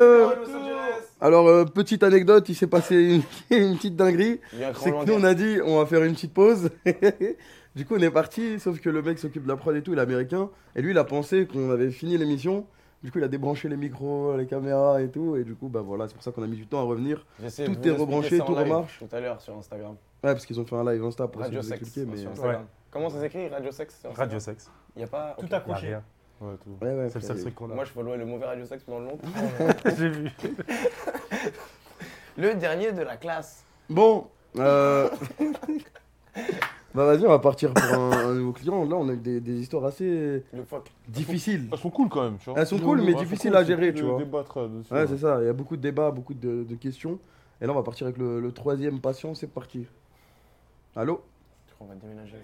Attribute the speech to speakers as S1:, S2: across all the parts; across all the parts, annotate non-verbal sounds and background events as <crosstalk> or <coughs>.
S1: Euh, alors, euh, petite anecdote, il s'est passé une, une <laughs> petite dinguerie.
S2: Il y a un cran
S1: C'est que nous,
S2: lointain.
S1: on a dit, on va faire une petite pause. <laughs> du coup, on est parti, sauf que le mec s'occupe de la prod et tout, il est américain. Et lui, il a pensé qu'on avait fini l'émission. Du coup, il a débranché les micros, les caméras et tout. Et du coup, bah voilà, c'est pour ça qu'on a mis du temps à revenir.
S2: J'essaie
S1: Tout
S2: de vous
S1: est rebranché,
S2: expliquer ça en
S1: tout
S2: live
S1: remarche.
S2: Tout à l'heure sur Instagram.
S1: Ouais, parce qu'ils ont fait un live Insta pour
S2: Radio
S1: essayer de vous
S2: Sex.
S1: expliquer, mais...
S2: sur
S1: Ouais,
S2: Instagram. Comment ça s'écrit Radio Sex sur Instagram
S3: Radio Sex.
S2: Y a pas.
S4: Tout
S2: ok.
S3: Y a
S4: accroché.
S3: rien. Ouais, tout.
S1: ouais,
S3: C'est le seul
S1: frère,
S3: truc qu'on a.
S2: Moi, je followais le mauvais Radio Sex pendant longtemps.
S3: j'ai vu.
S2: le dernier de la classe.
S1: Bon, euh... <laughs> bah vas-y, on va partir pour un, un nouveau client. Là, on a eu des, des histoires assez
S2: Le fuck.
S1: difficiles.
S3: Elles sont cool quand même, tu vois.
S1: Elles sont cool, mais
S3: Elles sont
S1: difficiles
S3: cool,
S1: à
S3: c'est
S1: gérer,
S3: cool
S1: tu
S3: de
S1: vois.
S3: débattre euh, dessus.
S1: Ouais, c'est ça. Il y a beaucoup de débats, beaucoup de, de questions. Et là, on va partir avec le, le troisième patient. C'est parti. Allô
S2: Je crois qu'on va déménager.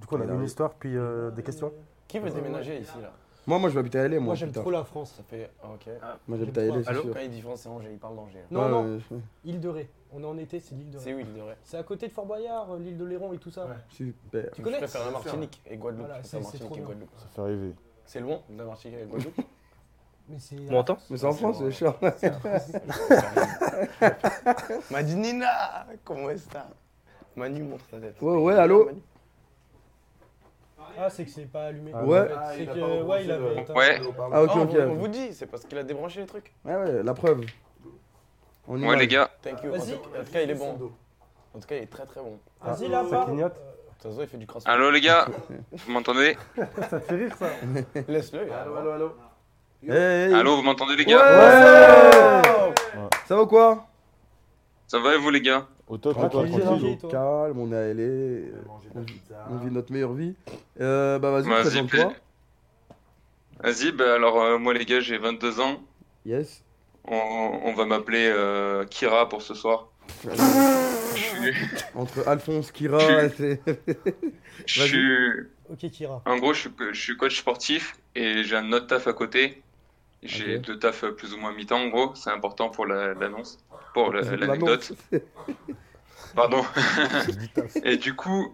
S5: Du coup, on a
S1: Il a-
S5: une histoire, puis euh, des questions.
S2: Qui veut déménager ici là
S1: Moi, moi, je vais habiter à LA, moi.
S4: Moi, j'aime
S1: putain.
S4: trop la France.
S2: Ça fait. ah, ok.
S1: Moi, j'habite à
S4: j'aime
S1: LA,
S4: trop.
S1: c'est
S2: Allô
S1: sûr.
S2: Quand il dit France, c'est Angers, il parle d'Angers. hein.
S4: Non,
S1: Ouais,
S4: non,
S1: ouais, ouais.
S4: Île de Ré. On est en été, c'est l'île de
S2: C'est
S4: Ré.
S2: où il devrait
S4: C'est à côté de Fort Boyard, euh, l'île de Léron et tout ça.
S5: Ouais.
S1: Super.
S4: Tu
S2: Je
S4: connais
S2: préfère la Martinique et Guadeloupe.
S4: Voilà,
S2: Je préfère
S4: c'est-
S2: Martinique
S4: c'est
S2: et
S4: trop bien.
S2: Guadeloupe.
S3: Ça fait rêver.
S2: C'est loin de la Martinique et la Guadeloupe
S4: Mais c'est.
S6: On m'entend
S1: Mais c'est en France, c'est cher.
S2: M'a dit Nina Comment est-ce que Manu montre sa tête.
S1: Ouais, ouais, allô
S2: Manu.
S4: Ah, c'est que c'est pas allumé.
S5: Ah,
S1: ouais.
S4: C'est que. Ouais, il avait. éteint.
S6: Ouais.
S1: Ah, ok,
S2: Ah, on,
S1: ok.
S2: vous- on vous dit, c'est parce qu'il a débranché les trucs.
S1: <laughs> Ouais, ouais, la preuve. On y
S6: Ouais,
S1: va.
S6: les gars,
S2: Thank
S1: Euh,
S2: you. En
S4: Vas-y.
S2: tout, en tout cas, il est bon. En tout cas, il est très très bon.
S4: Vas-y,
S5: Ah,
S4: là,
S5: Ça
S4: bas
S5: clignote
S2: De toute façon, il fait du crossfit.
S6: allô les gars, vous m'entendez
S5: Ça te fait rire, ça
S2: Laisse-le. il va voir.
S1: allô. Hey, hey.
S6: Allô, vous m'entendez les
S1: Ouais,
S6: gars
S1: Ça va ou quoi
S6: Ça va et vous les gars
S3: Au top,
S5: Tranquille, tranquille.
S3: toi, Bah,
S1: <laughs>
S3: tranquille.
S4: Et toi
S1: Calme, on est à LA.
S7: Euh,
S1: On vit, on vit notre meilleure vie. Euh, bah vas-y,
S6: Vas-y,
S1: présente-toi.
S6: plais- Vas-y, bah alors euh, moi les gars, j'ai 22 ans.
S1: Yes.
S6: On, on va m'appeler euh, Kira pour ce soir.
S1: Entre Alphonse, Kira, c'est... <laughs>
S6: Je
S1: Vas-y.
S6: suis...
S4: Ok, Kira.
S6: En gros, je suis, je suis coach sportif et j'ai un autre taf à côté. J'ai
S1: Ok.
S6: deux tafs euh, plus ou moins mi-temps en gros, c'est important pour la- l'annonce, pour la- l'anecdote. Pardon. et du coup,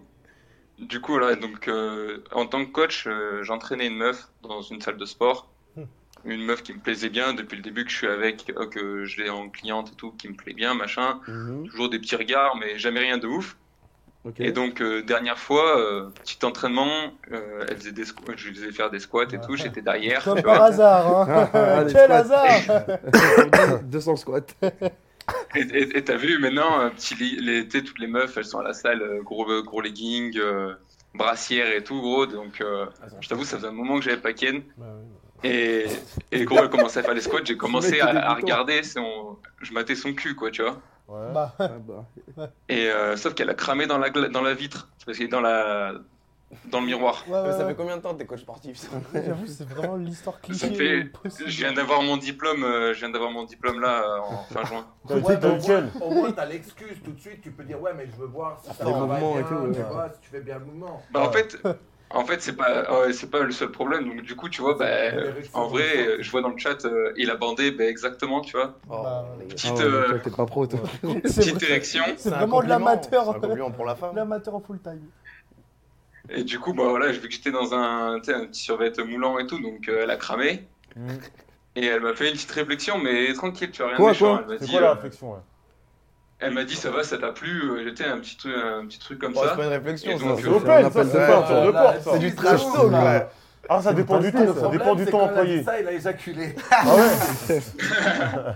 S6: du coup là, donc euh, en tant que coach, euh, j'entraînais une meuf dans une salle de sport,
S4: Hmm.
S6: une meuf qui me plaisait bien depuis le début que je suis avec, euh, que je l'ai en cliente et tout, qui me plaît bien, machin.
S1: <laughs> Mhm,
S6: Toujours des petits regards, mais jamais rien de ouf.
S1: ok.
S6: Et donc euh, dernière fois, euh, petit entraînement, euh, elle faisait des squ- je lui faisais faire des squats et tout, j'étais derrière, tu
S5: Comme
S6: vois.
S5: par hasard, hein
S1: Allez,
S5: Quel
S1: squat. <laughs>
S5: hasard <laughs>
S1: 200 squats.
S6: Et- Et et t'as vu maintenant, euh, petit li- les, t'sais, toutes les meufs, elles sont à la salle, euh, gros, euh, gros leggings, euh, brassières et tout, gros. Donc, euh, je t'avoue, ça faisait un moment que j'avais pas Ken. Et, et gros, elle commençait à faire les squats. J'ai commencé
S1: mec,
S6: à,
S1: t'es
S6: à
S1: dégoûtant.
S6: regarder, son- je matais son cul, quoi, tu vois.
S3: Ouais.
S5: Bah,
S1: Ah bah.
S6: Et euh, sauf qu'elle a cramé dans la, gla- dans la vitre, parce qu'elle est dans la, dans le miroir.
S5: ouais, ouais,
S2: Euh, Ça
S5: ouais.
S2: fait combien de temps que t'es coach sportif ça
S5: J'avoue, c'est vraiment l'histoire cliché.
S6: fait- Je
S5: <laughs> possible.
S6: viens d'avoir mon diplôme, euh, je viens d'avoir mon diplôme là euh, en fin juin.
S3: Côté
S7: Ouais, mais au, moins,
S3: Duncan.
S7: au moins, t'as l'excuse tout de suite. Tu peux dire, ouais, mais je veux voir si ça
S1: les
S7: va
S1: mouvements
S7: bien,
S1: et tout,
S7: tu
S1: ouais.
S7: vois, si tu fais bien le mouvement.
S6: Bah, en fait, en fait, c'est pas, euh, c'est pas le seul problème. Donc, du coup, tu vois, bah, euh, en vrai, euh, je vois dans le chat, euh, il a bandé, bah, exactement, tu vois.
S2: Oh,
S1: Ah
S2: les gars.
S6: Petite,
S1: ouais,
S6: euh,
S1: toi, t'es pas pro, toi.
S5: C'est
S6: petite
S5: vrai-
S6: érection.
S5: c'est
S2: un
S5: vraiment de
S2: compliment,
S5: l'amateur.
S2: C'est un compliment pour la
S5: <laughs>
S2: femme.
S5: L'amateur en full time.
S6: Et du coup, bah, voilà, j'ai vu que j'étais dans un, tu sais, un petit survêt moulant et tout, donc euh, elle a cramé.
S3: Mm.
S6: Et elle m'a fait une petite réflexion, mais tranquille, tu vois, rien
S1: Quoi,
S6: de méchant.
S1: quoi
S6: elle m'a
S3: C'est
S6: dit,
S3: quoi la
S6: euh,
S3: réflexion ouais
S6: elle m'a dit, ça va, ça t'a plu, euh, j'étais un petit truc, un petit truc comme
S2: Bon, Oh, c'est
S6: ça.
S2: pas une réflexion,
S6: Et
S2: ça.
S6: donc, euh,
S1: c'est
S3: C'est
S1: un
S3: open, ça,
S1: appel
S3: c'est
S1: de-
S3: pas un tour de
S7: Voilà,
S3: porte.
S7: c'est
S3: ça.
S7: du trash talk, ouais.
S3: Ah, ça dépend du
S5: passé,
S3: temps,
S5: ça.
S3: ça
S7: Le
S3: dépend
S7: problème,
S3: du
S7: c'est
S3: temps
S7: quand elle a dit
S3: employé.
S7: Ça, il a éjaculé.
S3: Ah ouais
S6: Ah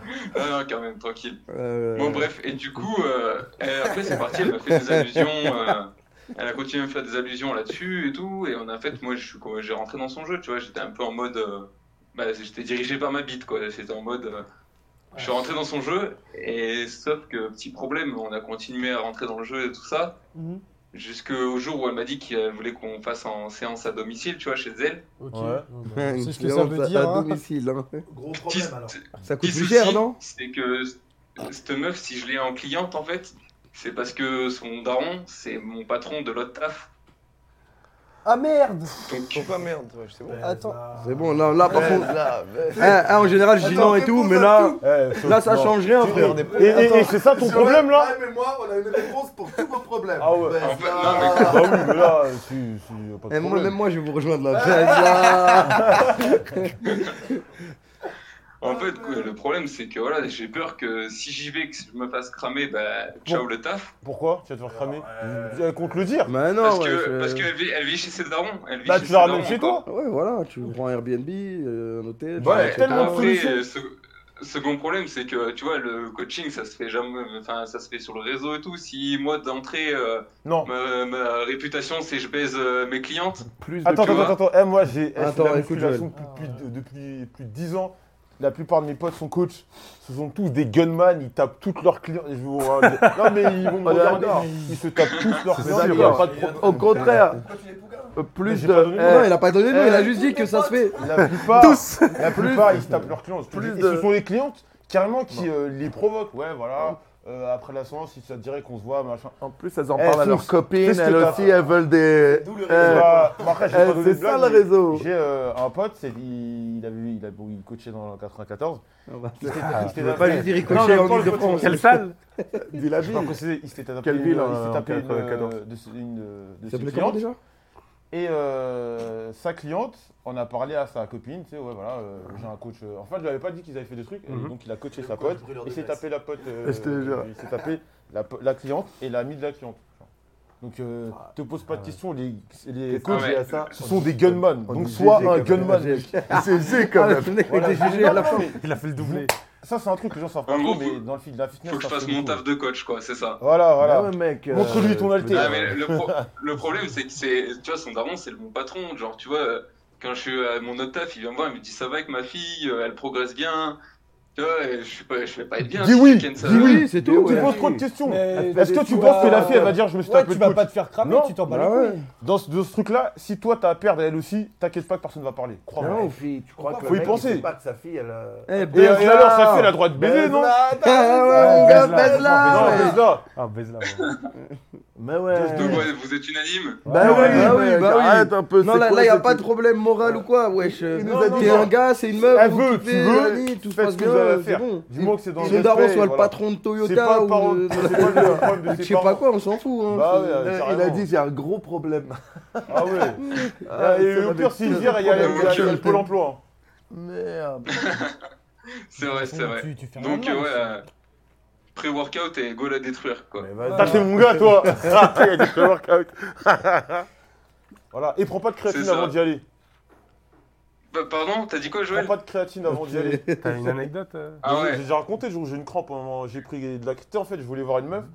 S6: non, quand même, tranquille.
S1: Euh,
S6: Bon, bref, et du coup, euh, elle- après, c'est parti, elle m'a fait des allusions. euh, elle a continué à me faire des allusions là-dessus et tout. Et on a fait, moi, je suis quoi, j'ai rentré dans son jeu, tu vois. J'étais un peu en mode. euh, bah, j'étais dirigé par ma bite, quoi. C'était en mode. euh, je suis rentré dans son jeu, et sauf que, petit problème, on a continué à rentrer dans le jeu et tout ça.
S5: Mhm.
S6: Jusqu'au jour où elle m'a dit qu'elle voulait qu'on fasse en séance à domicile, tu vois, chez elle.
S5: Ok.
S3: Ouais.
S4: bah.
S5: C'est ce que ça
S1: Silence
S5: veut
S1: à-
S5: dire,
S1: À
S5: hein.
S1: domicile, hein.
S7: Gros
S6: Petit-
S7: problème alors.
S1: Ça coûte
S6: Petit
S1: plus
S6: souci,
S1: cher, non
S6: C'est que c- cette meuf, si je l'ai en cliente, en fait, c'est parce que son daron, c'est mon patron de l'autre taf.
S5: Ah merde
S6: Donc,
S2: Faut pas merde, ouais, c'est
S1: Bah,
S2: bon.
S5: Attends.
S1: C'est bon, là, là par
S2: Ouais,
S1: contre.
S2: là, ouais.
S1: hein, hein, en général, je dis
S5: Attends,
S1: non et
S5: fais
S1: tout,
S5: pause
S1: mais
S5: à
S1: là,
S3: Eh, faut-
S1: là, ça
S3: non.
S1: change rien,
S3: Tu-
S1: frère.
S3: Et- Et et c'est ça ton
S7: Sur
S3: problème
S7: <laughs>
S3: là
S7: Prime et moi, on a une réponse pour tous vos problèmes.
S3: Ah ouais.
S7: Ben,
S6: En fait,
S7: ça-
S6: non,
S3: Bah oui, mais là, tu. tu- y a
S1: Eh,
S3: Pas de
S1: moi, même
S5: <laughs>
S3: problème.
S1: moi, je vais vous rejoindre là. Vas-y, là.
S6: En fait, quoi, le problème, c'est que voilà, j'ai peur que si j'y vais, que je me fasse cramer, bah, ciao le taf.
S3: Pourquoi Tu vas te faire cramer
S7: Euh,
S3: Elle compte le dire.
S1: Bah non,
S6: parce
S1: ouais,
S6: que,
S1: je- Ah
S6: parce qu'elle vit, elle vit chez ses darons. Elle vit
S3: Bah,
S6: chez
S3: tu la
S6: ses
S3: ramènes
S6: darons,
S3: chez
S6: quoi.
S3: toi.
S1: Ouais, voilà, tu prends un Airbnb, euh, un hôtel. tu
S3: Ouais,
S1: vas chez
S3: tellement
S1: toi.
S3: de
S6: Après,
S3: solutions.
S6: euh, ce- second problème, c'est que tu vois, le coaching, ça se fait jamais, enfin, ça se fait sur le réseau et tout. Si moi d'entrée, euh,
S3: Non.
S6: ma, ma réputation, c'est que je baise euh, mes clientes.
S1: Plus de
S3: Attends,
S1: que-
S3: attends, attends, attends. Eh, moi, j'ai eh,
S1: Attends,
S3: c'est la
S1: écoute,
S3: musculation depuis, depuis, depuis plus de 10 ans. La plupart de mes potes sont coachs. Ce sont tous des gunman. Ils tapent toutes leurs clients. Je vous-
S1: <laughs>
S3: non, mais ils vont me
S1: Ah,
S3: regarder.
S1: d'accord.
S3: mais Ils se tapent tous leurs
S1: C'est
S3: clients.
S1: ça,
S3: Il n'y a
S1: d'accord.
S3: pas de problème.
S1: Au contraire,
S7: Quand tu les pougas
S1: euh,
S3: Mais
S1: plus
S3: j'ai
S1: de.
S3: pas donné le
S1: Eh,
S3: nom.
S1: non, il a pas donné le nom,
S3: Eh,
S1: il
S5: Euh,
S1: a juste dit que ça se fait.
S3: La plupart, La plupart, ils se tapent leurs clients.
S1: Plus
S3: et
S1: de-
S3: ce sont les clientes carrément qui euh, les provoquent. Ouais, voilà. euh, après la séance, si ça te dirait qu'on se voit, machin.
S8: En plus, elles en
S3: Eh,
S8: parlent à leurs
S3: Fous,
S8: copines,
S3: qu'est-ce que
S8: elles
S3: t'as
S8: aussi,
S3: fait
S8: elles veulent des.
S7: D'où le
S8: Eh,
S3: C'est
S7: réseau.
S3: pas- bon, Euh, bah, après, j'ai
S1: Euh,
S3: pas
S8: elles-
S3: donné
S8: Euh, C'est
S3: de
S8: ça le
S3: blague, mais
S8: réseau.
S3: J'ai euh, un pote, c'est- il, il avait, il, a, bon, il coachait dans le 94. Il s'était- il s'était
S1: Ah, Pas lui dire ricocher en Ile-de-France.
S8: salle
S3: Dis la ville. Il s'était tapé
S8: Quelle
S3: une- euh,
S8: ville, hein,
S3: il
S8: en
S3: s'est tapé une,
S8: 94?
S3: euh, de, ce- une de- de
S1: Il
S3: ses
S1: s'appelait comment
S3: clientes.
S1: déjà
S3: Et euh, sa cliente, on a parlé à sa copine, tu sais, ouais, voilà, euh, j'ai un coach. euh, en fait, je lui avais pas dit qu'ils avaient fait des trucs, et
S8: Mhm.
S3: donc il a coaché
S7: Le
S3: sa
S7: coach
S3: pote.
S7: brûleur de
S3: Il s'est
S7: glace.
S3: tapé la pote. euh,
S8: Je te jure.
S3: Il s'est tapé la, po- la cliente et l'ami de la cliente. Donc, euh,
S7: Ah,
S3: te pose pas de questions, les, les
S8: Qu'est-ce qu'on
S3: coachs,
S8: dit à ça
S3: ce sont des gunmen.
S8: On
S3: Donc,
S8: dit
S3: soit
S8: GG
S3: un
S8: comme
S3: gunman.
S1: même.
S3: mec.
S8: C'est G
S1: Ah,
S8: quand
S1: le
S8: même.
S1: mec
S3: Voilà.
S1: était GG à la fin.
S3: Il a fait le doublé. Ça, c'est un truc que les gens savent pas
S6: En
S3: trop,
S6: gros,
S3: mais
S6: faut-
S3: dans le fil de la fitness.
S6: Faut que je
S3: ça
S6: fasse
S3: fait
S6: mon
S3: beaucoup.
S6: taf de coach, quoi, c'est ça.
S3: Voilà, voilà.
S8: Ouais, mec. euh,
S3: Montre-lui ton alter.
S6: Ah, mais le,
S3: <laughs>
S6: pro- le problème, c'est que c'est, tu vois, son daron, c'est mon patron. Genre, tu vois, euh, quand je suis à mon autre taf, il vient me voir, il me dit ça va avec ma fille, euh, elle progresse bien. Tu vois, et je suis pas, je vais pas être bien.
S3: Dis
S6: si
S3: oui,
S6: je ken ça.
S3: dis
S1: Oui, c'est tout.
S3: Tu
S1: ouais.
S3: poses trop de questions.
S4: Mais-
S3: Est-ce que tu
S4: Ouais.
S3: penses que la fille, elle va dire je me suis
S4: Ouais,
S3: tapé
S4: tu
S3: le
S4: vas
S3: coach
S4: pas te faire cramer,
S3: Non.
S4: tu t'en bats
S1: Bah
S4: les couilles.
S1: ouais.
S3: Dans ce, dans ce truc-là, si toi t'as à perdre et elle aussi, t'inquiète pas que personne va parler. Crois-moi.
S8: Non, et puis, tu crois que
S3: Faut y
S8: le mec,
S3: penser.
S8: il sait pas Bah, que sa fille, elle. euh,
S1: Eh,
S3: Et, et
S1: baise-la.
S3: alors, ça fait, elle a le droit de baiser, non
S1: Ah ouais,
S8: Baise-la,
S1: baise-la,
S3: Mais
S1: ouais.
S3: non, baise-la.
S8: Ah, baise-la.
S7: <laughs>
S8: Mais ouais.
S6: Donc, ouais, vous êtes unanime.
S1: Bah oui, bah oui, bah oui.
S8: Arrête un peu.
S1: Non,
S8: c'est
S1: là,
S8: quoi
S1: là, y a
S8: cette-
S1: pas de problème moral ou quoi, wesh.
S8: il nous a
S1: T'es
S8: dit-
S1: un gars, c'est une meuf.
S3: Elle
S1: vous
S3: veut,
S1: kiffez,
S3: tu veux,
S1: nanani, tout se
S3: faites
S1: passe
S3: ce que vous avez
S1: bien,
S3: à
S1: c'est
S3: faire.
S1: bon.
S3: Dis-moi que c'est dans le
S1: Son daron
S3: respect,
S1: soit le
S3: voilà.
S1: patron de
S3: C'est pas
S1: Toyota
S3: le
S1: ou
S3: parent-
S1: de-
S3: c'est pas le
S8: <laughs>
S3: problème de
S1: je
S3: ses
S1: sais pas
S3: parents.
S1: quoi, on s'en fout. hein.
S3: Bah
S1: C'est-
S3: ouais,
S8: Euh, Il a
S3: carrément.
S8: dit j'ai un gros problème.
S3: Ah ouais.
S8: Ah,
S3: et
S8: ça
S3: au
S8: m'avait
S3: pire, s'il vire, il y a
S6: Ouais,
S3: il y a- il y a le
S6: ok.
S3: pôle emploi.
S8: Merde.
S6: C'est vrai, c'est vrai.
S4: Tu, tu fais
S6: Donc,
S4: rien,
S6: euh, ouais,
S4: mais-
S6: euh, pré-workout et goal à détruire, quoi.
S8: Mais vas-y.
S3: hein. T'as fait mon gars,
S8: <laughs>
S3: toi. <laughs> Ah, Il y a des pré-workouts. Voilà. Et prends pas de créatine
S6: C'est ça.
S3: avant d'y aller.
S6: Bah, pardon, t'as dit quoi,
S3: Prends
S6: Joël
S3: pas de créatine avant d'y aller.
S8: T'as une anecdote
S7: euh
S6: Ah
S3: J'ai-
S6: ouais.
S3: J'ai déjà raconté, j'ai j'ai une crampe à un moment, j'ai pris de la tu sais, en fait, je voulais voir une meuf,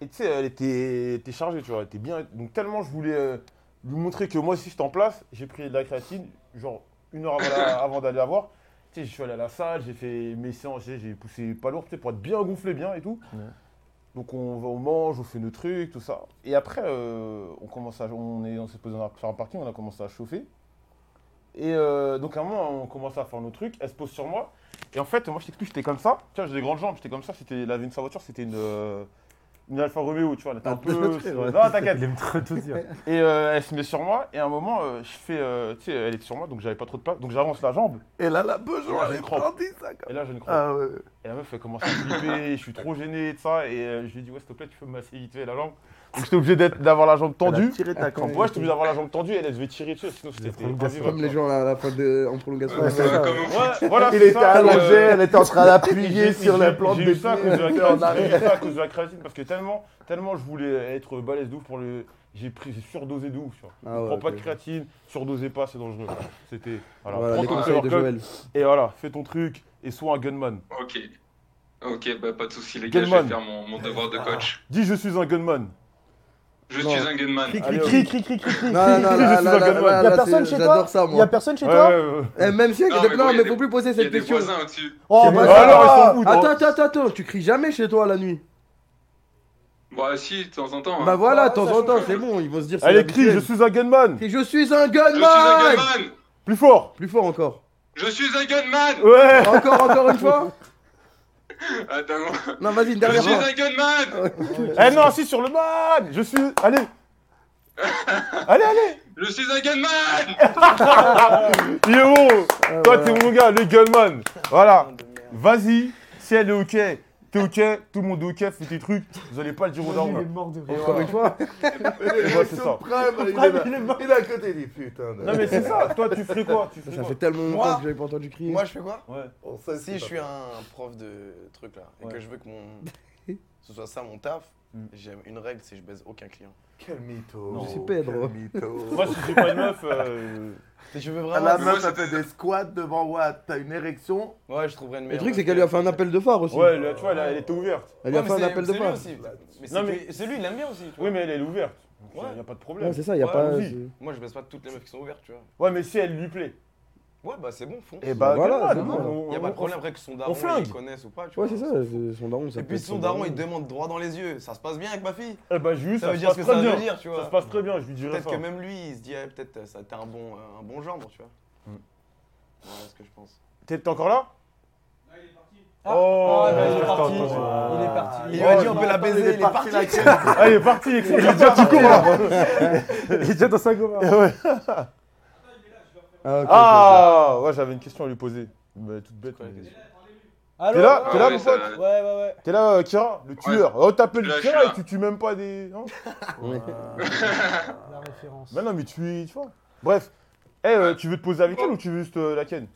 S3: et tu sais, elle était, était chargée, tu vois, elle était bien, donc tellement je voulais euh, lui montrer que moi aussi j'étais en place, j'ai pris de la créatine, genre une heure avant,
S6: <coughs>
S3: la- avant d'aller la voir, tu sais, je suis allé à la salle, j'ai fait mes séances, tu sais, j'ai poussé pas lourd, tu sais, pour être bien gonflé, bien et tout.
S8: Ouais.
S3: Donc on va, on mange, on fait nos trucs, tout ça. Et après, euh, on commence à, on est, on s'est posé dans la- sur un parking, on a commencé à chauffer. Et euh, donc à un moment, on commence à faire nos trucs, elle se pose sur moi. Et en fait, moi je t'explique, j'étais comme ça. Tu vois, j'ai des grandes jambes, j'étais comme ça. C'était la une sa voiture, c'était une, euh, une Alfa Romeo, tu vois. Elle était un <laughs> peu. Non, t'inquiète.
S8: aime trop tout dire.
S3: Et euh, elle se met sur moi. Et à un moment, euh, je fais, euh, tu sais, elle est sur moi, donc j'avais pas trop de place, donc j'avance la jambe.
S8: Et là, la besoin,
S3: Ouais,
S8: elle
S3: je
S8: est
S3: crois.
S8: grandie, ça, quand
S3: Et là, je ne crois
S8: Ah ouais.
S3: Et la meuf, elle commence à flipper, je suis trop gêné de ça. Et euh, je lui ai dit, ouais, s'il te plaît, tu peux me masser vite fait la jambe. Donc j'étais obligé d'être- d'avoir la jambe
S8: Elle a
S3: tendue.
S8: tiré ta crampe.
S3: Moi, j'étais obligé d'avoir la jambe tendue et elle devait tirer dessus, sinon c'était
S8: prendre
S3: invivable,
S1: Comme
S3: quoi.
S1: les gens là, à la fin de, en prolongation.
S6: Euh,
S8: c'est ça.
S6: comme au foot.
S3: Ouais, voilà,
S8: Il
S3: c'est
S8: était
S3: ça,
S8: allongé,
S3: euh,
S8: elle était en train d'appuyer
S3: J'ai-
S8: sur
S3: j'ai-
S8: la plante
S3: j'ai
S8: des
S3: eu ça à
S8: pieds,
S3: cause de la
S8: elle était <laughs> en
S3: créatine,
S8: arrière.
S3: j'ai eu ça à cause de la créatine, parce que tellement, tellement je voulais être balèze de ouf pour le. J'ai pris, j'ai surdosé de ouf. Tu vois.
S1: Ah ouais,
S3: Prends pas
S1: ok.
S3: de créatine, surdosez pas, c'est dangereux. C'était. Voilà,
S1: Voilà,
S3: prends
S1: les
S3: ton
S1: conseils de
S3: Power Cup
S1: Joël.
S3: et voilà, fais ton truc et sois un gunman.
S6: Ok. Ok, bah pas de soucis, les gars, je
S3: Gunman. Ah.
S6: vais faire mon, mon devoir de coach.
S3: Dis je suis un gunman.
S6: Je
S1: Non.
S6: suis un gunman.
S5: Cri,
S3: Allez,
S5: cri,
S3: hop.
S5: cri, cri, cri, cri, cri.
S1: Non, non, non,
S3: je
S1: là,
S3: suis
S1: là,
S3: un
S1: là,
S3: gunman.
S1: là,
S5: Y a
S1: là,
S5: personne
S1: c'est-
S5: chez toi
S1: J'adore ça,
S5: Il y a
S1: moi.
S5: personne chez
S3: Ouais,
S5: toi
S3: ouais, ouais.
S1: Eh, Même si, il y a
S6: Non,
S1: des
S6: mais
S1: plans,
S6: bon, il y a
S1: mais
S6: des-
S1: faut plus poser
S6: Il y a
S1: cette
S6: des
S1: question.
S6: voisins au-dessus.
S5: Oh,
S1: C'est
S5: bah,
S1: pas
S3: Bah
S1: ça.
S3: alors, ils s'en foutent,
S1: Attends,
S3: hein.
S1: attends, attends, attends, tu cries jamais chez toi la nuit.
S6: Bah si, de temps en temps. hein.
S1: Bah voilà, de
S5: ça
S1: temps en
S5: change
S1: temps,
S6: rien.
S1: c'est bon, ils vont se dire c'est
S3: Allez, crie, je
S1: habituel.
S3: suis un gunman.
S1: Et je suis un
S6: Je suis un
S1: gunman
S6: gunman
S3: Plus fort.
S1: Plus fort encore.
S6: Je suis un gunman
S3: Ouais.
S1: Encore, encore une fois
S6: Attends,
S1: Non, vas-y, une
S6: je
S1: dernière
S6: suis
S1: fois.
S6: un gunman
S3: Eh non, assis sur le man. Je suis. Allez. allez, allez.
S6: Je suis un
S3: Ah,
S6: gunman
S3: Il est bon.
S1: Ah,
S3: Toi,
S1: voilà. bah,
S3: t'es mon gars, le gunman. Voilà. Vas-y, si elle est ok, T'es ok, tout le monde est ok, fais tes trucs, vous allez pas le dire aux
S8: Il est
S3: ordres.
S8: mort de rire.
S3: Et
S1: Encore
S3: voilà.
S1: une fois,
S3: Et voilà, c'est ça.
S7: Prime, il, est là. il est à côté des putains. de-
S3: Non mais c'est ça, toi tu ferais quoi Tu ferais
S1: ça
S3: quoi
S1: fait tellement
S2: Moi-
S1: longtemps que j'avais pas entendu crier.
S2: Moi, je fais quoi
S3: Ouais.
S7: On sait que
S2: Si
S7: c'est
S2: je
S7: pas
S2: suis un prof de truc là, et
S3: Ouais.
S2: que je veux
S1: <laughs>
S2: que mon... ce soit ça mon taf,
S3: Mm.
S2: j'ai une règle, c'est que je baise aucun client.
S7: Quel mytho.
S3: Non.
S1: Je suis Pedro.
S7: Quel <laughs> mytho.
S3: Moi si j'ai pas une meuf,
S2: <laughs>
S3: euh,
S2: Et je veux
S7: À
S2: vraiment...
S7: la
S6: Mais
S7: meuf,
S6: moi,
S7: elle fait des squats devant Watt. T'as une érection.
S2: Ouais, je trouverai une
S1: Le
S2: meilleure.
S1: truc, c'est qu'elle lui a fait un appel de phare aussi.
S3: ouais, là, tu vois, elle, a- elle était ouverte.
S1: Elle lui a fait un appel de Bah. phare.
S2: aussi. Mais
S3: Non,
S2: c'est
S3: mais-
S2: que- c'est lui, il aime bien aussi. Tu vois.
S3: Oui mais elle, elle est ouverte, donc il
S2: Ouais.
S3: y a pas de problème.
S1: Ouais, c'est ça, y a
S2: Ouais,
S1: pas.
S3: oui.
S1: c'est-
S2: Moi, je baise pas toutes les meufs qui sont ouvertes, tu vois.
S3: Ouais mais si elle lui plaît.
S2: Ouais, bah c'est bon, fonce.
S3: Et
S1: bah,
S3: bah
S1: voilà,
S3: voilà,
S1: c'est
S3: nous,
S1: bon.
S3: on-
S2: Y a pas
S3: on-
S2: de problème après que son daron
S3: flingue.
S2: ils connaissent ou pas, tu
S1: Ouais,
S2: vois.
S1: c'est ça, c'est- son daron. Ça
S2: Et
S1: peut
S2: puis
S1: être
S2: son daron, il demande droit dans les yeux. Ça se passe bien avec ma fille.
S3: Eh bah juste,
S2: Ça,
S3: ça
S2: veut
S3: se
S2: dire ce
S3: passe
S2: que
S3: très
S2: ça
S3: bien.
S2: veut dire, tu
S3: Ça se
S2: vois.
S3: passe très bien, je lui dirais
S2: Peut-être que
S3: ça.
S2: même lui, il se dit, eh, peut-être euh, ça t'es un bon, euh, un bon gendre, tu vois.
S3: Mm.
S2: Voilà ce que je pense.
S3: T'es t'es encore là
S4: Ah.
S3: Oh,
S4: Ah, bah, il est
S3: d'accord,
S4: parti.
S3: d'accord,
S2: Ah.
S3: d'accord.
S4: Il est parti.
S2: Il lui a dit, on
S4: Oh, non,
S2: peut la
S4: attends,
S2: baiser, il est parti.
S3: Ah, il est parti, il est parti. <laughs>
S8: Il est déjà dans sa gomme.
S1: Ah, ok, ok, ok.
S3: Ah, ouais, j'avais une question à lui poser. Bah, toute bête.
S2: quoi la
S3: mais-
S2: question
S4: Allô
S3: T'es là
S6: Ah
S3: T'es là,
S6: ouais,
S3: mon
S6: ça-
S3: pote
S4: Ouais, ouais, ouais.
S3: T'es là, euh, Kira, le tueur. Oh, t'appelles
S6: Je suis là,
S3: Kira
S6: je
S3: et
S6: suis
S3: tu tues même pas des. hein
S1: Ouais.
S4: La référence.
S3: Bah non, mais tu es, tu vois. Bref. Eh, euh, tu veux te poser avec elle ou tu veux juste euh, la ken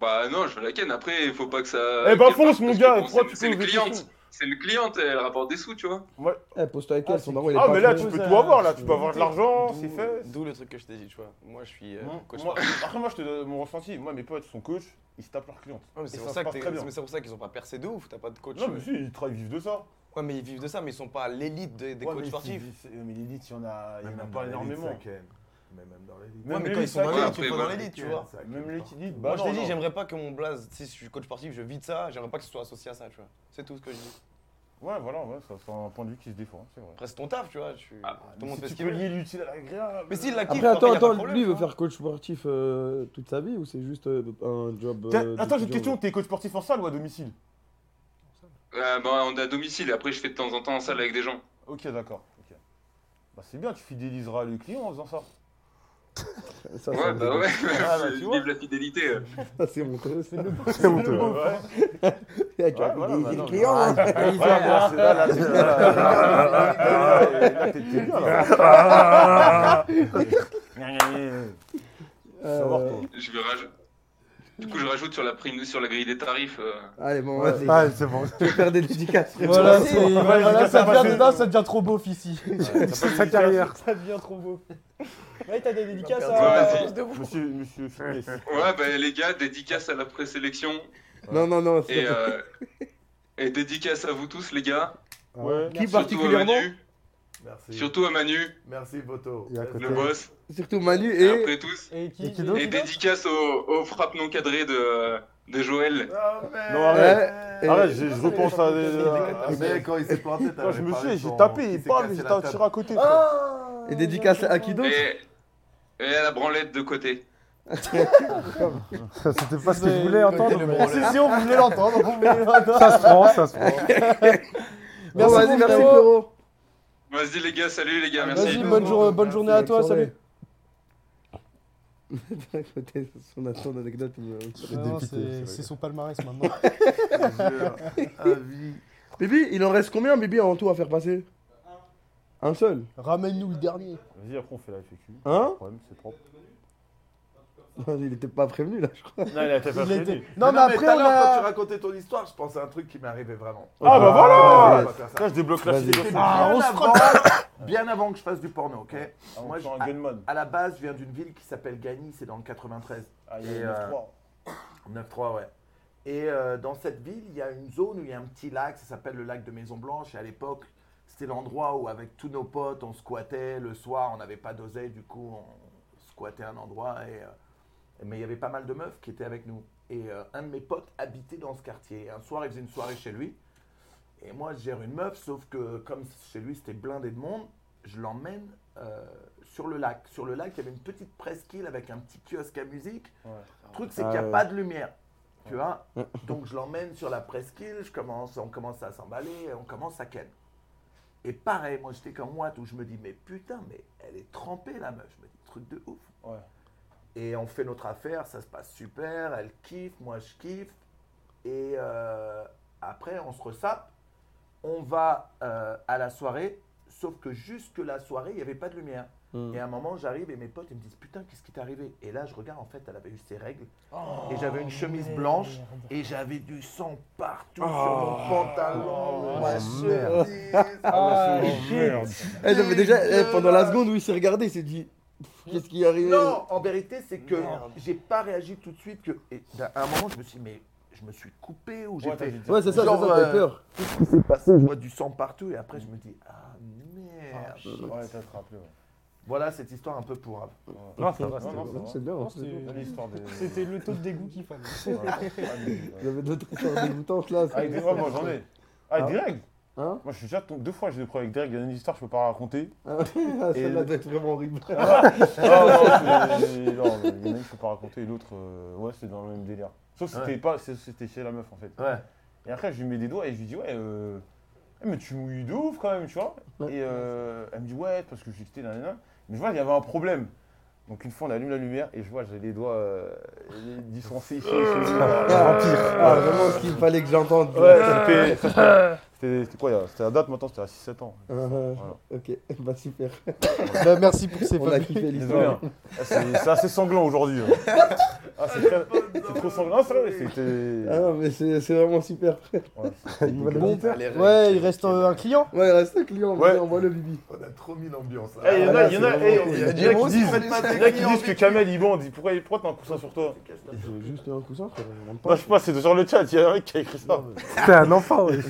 S6: Bah non, je veux la ken. Après, il faut pas que ça.
S3: Eh bah,
S6: qu'elle parte,
S3: fonce, mon
S6: parce
S3: gars,
S6: que bon,
S3: pourquoi
S6: c'est-
S3: tu
S6: C'est
S3: poses
S6: une
S3: des
S6: cliente.
S3: questions
S6: C'est une cliente, elle rapporte des sous, tu vois.
S1: Eh, pose-toi avec
S4: Ah,
S1: elle, son
S4: c'est-
S1: daron, il est
S3: Ah,
S1: pas
S3: mais
S1: fou.
S3: là, tu
S4: pose
S3: peux
S4: à-
S3: tout avoir, là.
S4: tu
S3: Tu peux avoir de l'argent, c'est fait.
S2: D'où le truc que je t'ai dit, tu vois. Moi, je suis euh, coach.
S3: Moi-
S2: par-
S3: Après, moi, je te donne mon ressenti. Moi, mes potes sont coachs, ils se tapent leurs clientes.
S2: Ouais, mais
S3: Et
S2: c'est
S3: ça
S2: pour
S3: se
S2: ça que
S3: passe
S2: t'es-
S3: très bien.
S2: mais c'est pour ça qu'ils ont pas percé de ouf, t'as pas de coach.
S3: Non,
S2: euh.
S3: mais si, ils travaillent, ils vivent de ça.
S2: Ouais, mais ils vivent de ça, mais ils sont pas l'élite des, des
S3: Ouais,
S2: coachs
S3: mais
S2: sportifs.
S3: c'est- c'est- Mais l'élite, il y en a, il y en a
S7: Même dans
S3: pas
S7: l'élite,
S3: énormément.
S7: ça ken. Mais même dans les lits.
S2: Ouais, mais quand
S3: l'élite,
S2: ils sont bah,
S3: ça
S2: dans
S3: ken.
S2: l'élite,
S6: après,
S2: tu prends dans
S6: voilà.
S2: l'élite, tu vois.
S3: Même l'élite, bah
S2: Moi, je t'ai
S3: non,
S2: dit,
S3: non.
S2: j'aimerais pas que mon blaze, si je suis coach sportif, je vis de ça, j'aimerais pas que ce soit associé à ça, tu vois. C'est tout ce que je dis.
S3: Ouais, voilà, ouais, ça c'est un point de vue qui se défend, c'est vrai.
S2: Après, c'est ton taf, tu vois. Tu...
S6: Ah,
S2: tout le monde fait
S3: si
S2: ce
S3: tu
S2: qu'il
S3: peux
S2: veut.
S3: lier l'utile à l'agréable.
S2: Mais s'il la kiffe,
S1: Après, attends,
S2: après, y a pas de
S1: attends,
S2: problème,
S1: lui il
S2: tu
S1: veut
S2: vois.
S1: faire coach sportif euh, toute sa vie ou c'est juste euh, un job.
S3: Tiens,
S1: euh,
S3: Attends, j'ai
S1: d'étudiant,
S3: une question, t'es coach sportif en salle ou à domicile
S6: Euh, bah, on est à domicile. Après, je fais de temps en temps en salle avec des gens.
S3: Ok, d'accord. ok. Bah c'est bien, tu fidéliseras le client en faisant ça.
S1: ouais. Ça,
S6: Ouais,
S1: c'est-
S6: bah ouais. <laughs>
S3: Ah, bah, tu vois.
S6: Vive la fidélité. euh.
S1: ça, c'est honteux. C'est le
S8: C'est
S7: <laughs>
S8: honteux.
S3: Ouais, ouais.
S1: Avec
S3: Ouais,
S1: un-
S3: voilà,
S1: des-
S3: bah
S1: des
S3: non,
S1: clients,
S3: mais-
S1: hein.
S3: Ouais, là, c'est- là, là, c'est- là, là, là, là, là, là, t'es t'es bien là.
S7: Ah,
S1: Euh,
S3: Ça va, toi.
S6: Je vais raj- Du coup, je rajoute sur la prime, sur la grille des tarifs. euh,
S1: Allez, bon,
S8: Ouais,
S1: vas-y.
S8: ah, c'est bon.
S1: Je vais faire des dédicaces.
S5: Voilà,
S1: frérot.
S5: c'est- voilà,
S3: vas-y,
S5: ça
S3: vas-y.
S5: devient dedans, ça devient trop beauf ici.
S8: C'est sa carrière.
S4: Ça devient trop beau. Ouais, t'as des dédicaces
S6: Ouais,
S4: à.
S6: vas-y.
S3: Monsieur, monsieur, Fitness.
S6: Ouais, bah les gars, dédicace à la présélection.
S1: Non, non, non.
S6: Et,
S1: c'est-
S3: <laughs>
S6: euh, et dédicace à vous tous, les gars.
S3: Ouais.
S1: Qui
S6: Surtout à
S1: particulièrement
S6: Manu.
S7: Merci.
S6: Surtout à Manu,
S7: Merci, Boto.
S8: Et à côté.
S6: le boss,
S1: Surtout Manu
S6: et
S1: et.
S6: après tous.
S4: Et qui,
S8: Et qui d'autre
S6: Et dédicace aux, aux frappes non cadrées de, de Joël.
S3: Non,
S1: Ouais,
S3: arrête.
S1: et-
S3: Arrête, je je repense à des.
S7: Ah, mais quand il s'est planté,
S3: Quand je me
S7: parlé
S3: suis,
S7: de
S3: j'ai
S7: son-
S3: tapé,
S7: qui
S3: il
S7: s'est
S3: parle,
S7: cassé
S3: j'étais
S7: la
S3: un tir
S7: table.
S3: à côté. frère.
S5: Ah
S1: Et dédicace à qui d'autre
S6: Et, et à la branlette de côté.
S8: Ça, C'était pas ce que je voulais hein. entendre. mais
S5: Si, si, on voulait l'entendre, on voulait l'entendre.
S8: Ça se prend, ça se prend.
S1: Bon,
S5: Merci,
S1: vas-y,
S5: mon
S1: merci,
S5: frérot.
S1: frérot.
S6: Vas-y les gars, salut les gars, merci.
S5: Vas-y, bonne, jour- bonne journée à
S1: Bonne
S5: toi, salut.
S1: journée. À côté, Son son anecdote. il me-
S8: suis
S4: Non,
S8: dépité, c'est
S4: c'est
S8: vrai.
S4: c'est son palmarès maintenant.
S1: Bibi, il en reste combien, Bibi, en tout à faire passer Un seul
S5: Ramène-nous le dernier.
S3: Vas-y, après on fait la FAQ.
S1: Hein
S3: Pas de problème, C'est propre.
S1: Il était pas prévenu, là, je crois.
S3: Non, il a été
S5: Il était-
S3: fait
S5: Non, mais après,
S7: tout à
S5: on
S7: l'heure, quand tu
S5: a.
S7: racontais ton histoire, je pensais à un truc qui m'est arrivé vraiment.
S3: Ah bah
S7: Ah,
S3: voilà
S7: on va faire ça.
S3: Là, je débloque la
S1: Vas-y.
S3: fille.
S7: C'était
S5: Ah,
S7: bien
S5: on se
S7: avant- Bien avant que je fasse du porno, ok
S3: Moi,
S7: Moi,
S3: je suis
S7: je-
S3: un gunman.
S7: À la base, je viens d'une ville qui s'appelle Gagny, c'est dans le 93.
S3: Ah, il
S7: Et,
S3: y
S7: euh,
S3: a 9-3.
S7: 9-3, ouais. Et euh, dans cette ville, il y a une zone où il y a un petit lac, ça s'appelle le lac de Maison Blanche. Et à l'époque, c'était l'endroit où, avec tous nos potes, on squattait le soir. On n'avait pas d'oseille, du coup, on squattait un endroit. Et, euh, mais il y avait pas mal de meufs qui étaient avec nous. Et euh, un de mes potes habitait dans ce quartier. Et un soir, il faisait une soirée chez lui. Et moi, je gère une meuf, sauf que comme chez lui, c'était blindé de monde, je l'emmène euh, sur le lac. Sur le lac, il y avait une petite presqu'île avec un petit kiosque à musique.
S3: Ouais.
S7: Le truc, c'est qu'il n'y a pas de lumière. Tu vois Donc, je l'emmène sur la presqu'île, je commence, on commence à s'emballer, on commence à ken. Et pareil, moi, j'étais comme moi, où je me dis, mais putain, mais elle est trempée, la meuf. Je me dis, truc de ouf.
S3: Ouais.
S7: Et on fait notre affaire, ça se passe super, elle kiffe, moi, je kiffe. Et euh, Après, on se ressape, on va euh, à la soirée, sauf que jusque la soirée, il n'y avait pas de lumière. Et à un moment, j'arrive et mes potes ils me disent Putain, qu'est-ce qui t'est arrivé Et là, je regarde, en fait, elle avait eu ses règles. et j'avais une chemise blanche et j'avais du sang partout sur mon pantalon, ma
S2: Oh,
S7: chemise.
S2: <laughs>
S4: Ah,
S1: Eh, non, mais déjà, eh, pendant la
S7: Dégueulasse.
S1: seconde où il s'est regardé, il s'est dit Qu'est-ce qui est arrivé
S7: Non, en vérité, c'est que j'ai pas réagi tout de suite. Que... et ben, à un moment, je me suis dit, mais je me suis coupé ou j'ai fait.
S1: Ouais, c'est ça, c'est ça,
S7: Genre,
S1: t'avais
S7: euh,
S1: peur.
S7: Qu'est-ce qui s'est passé Je vois du sang partout et après, je me dis, ah merde.
S3: Ouais, t'as attrapé. Ouais.
S7: voilà cette histoire un peu pourrave.
S8: Non, ça va,
S3: Non, non, ça va.
S1: C'est bien. hein.
S3: T'as l'histoire des.
S4: C'était le taux de dégoût qu'il fallait.
S3: Voilà. Ah, mais-
S1: Vous avez d'autres histoires dégoûtantes là.
S3: Avec des...
S1: c'est-
S3: ouais, moi j'en ai. Ah, avec des règles
S1: Hein
S3: Moi je suis déjà tombé deux fois, j'ai des problèmes avec des règles. Il y en a une histoire, je peux pas raconter.
S1: <laughs> Ah, Celle-là doit être vraiment horrible.
S3: Ah, non, c'est- non, il y en a une, je peux pas raconter, et l'autre, euh, ouais, c'est dans le même délire. Sauf que c'était pas, c'est- c'était chez la meuf en fait.
S7: Ouais.
S3: Et après, je lui mets des doigts et je lui dis, ouais, euh, eh, mais tu mouilles de ouf quand même, tu vois.
S1: Ouais.
S3: Et euh, elle me dit, ouais, parce que j'étais là, Mais je vois, il y avait un problème. Donc une fois, on allume la lumière et je vois, j'ai les doigts euh, les- distancés. ici, ici, ici.
S1: Ah, vraiment ce qu'il fallait que j'entende.
S3: Ouais, ça fait- ça fait- c'était c'était quoi il y a- C'était la date maintenant, c'était à 6-7 ans.
S1: Euh,
S3: Voilà.
S1: ok, <laughs> bah
S9: <laughs>
S1: super.
S5: Bah, merci pour ces
S1: On a
S5: fabules.
S1: kiffé
S3: Désolé.
S1: l'histoire.
S3: hein. Ah, C'est c'est assez sanglant aujourd'hui. hein. Ah, c'est très- c'est trop sanglant, Ah, c'est vrai. C'était.
S1: Ah non, mais c'est c'est vraiment super.
S3: Ouais, c'était
S1: Une bonne
S3: dégueulasse.
S1: idée.
S5: Ouais, il reste euh, un client.
S1: Ah, Ouais, reste un client, on
S3: Ouais.
S1: va envoie le bibi.
S7: On a trop mis l'ambiance.
S3: Eh, Il y en a,
S1: Voilà,
S3: il y en a,
S1: Ah, c'est vraiment-
S3: eh, il y en a
S7: Mais moi
S3: qui
S7: aussi,
S3: disent,
S7: faites pas de
S3: il y en a qui
S7: clients
S3: disent que
S7: vite.
S3: Kamel il bande, il- pourquoi pourquoi t'as un coussin sur toi
S1: Juste un coussin, je demande
S3: Non,
S1: pas.
S3: je sais pas, c'est sur le chat, il y a un mec qui a écrit ça.
S8: C'était un enfant,
S3: <laughs>
S8: oui.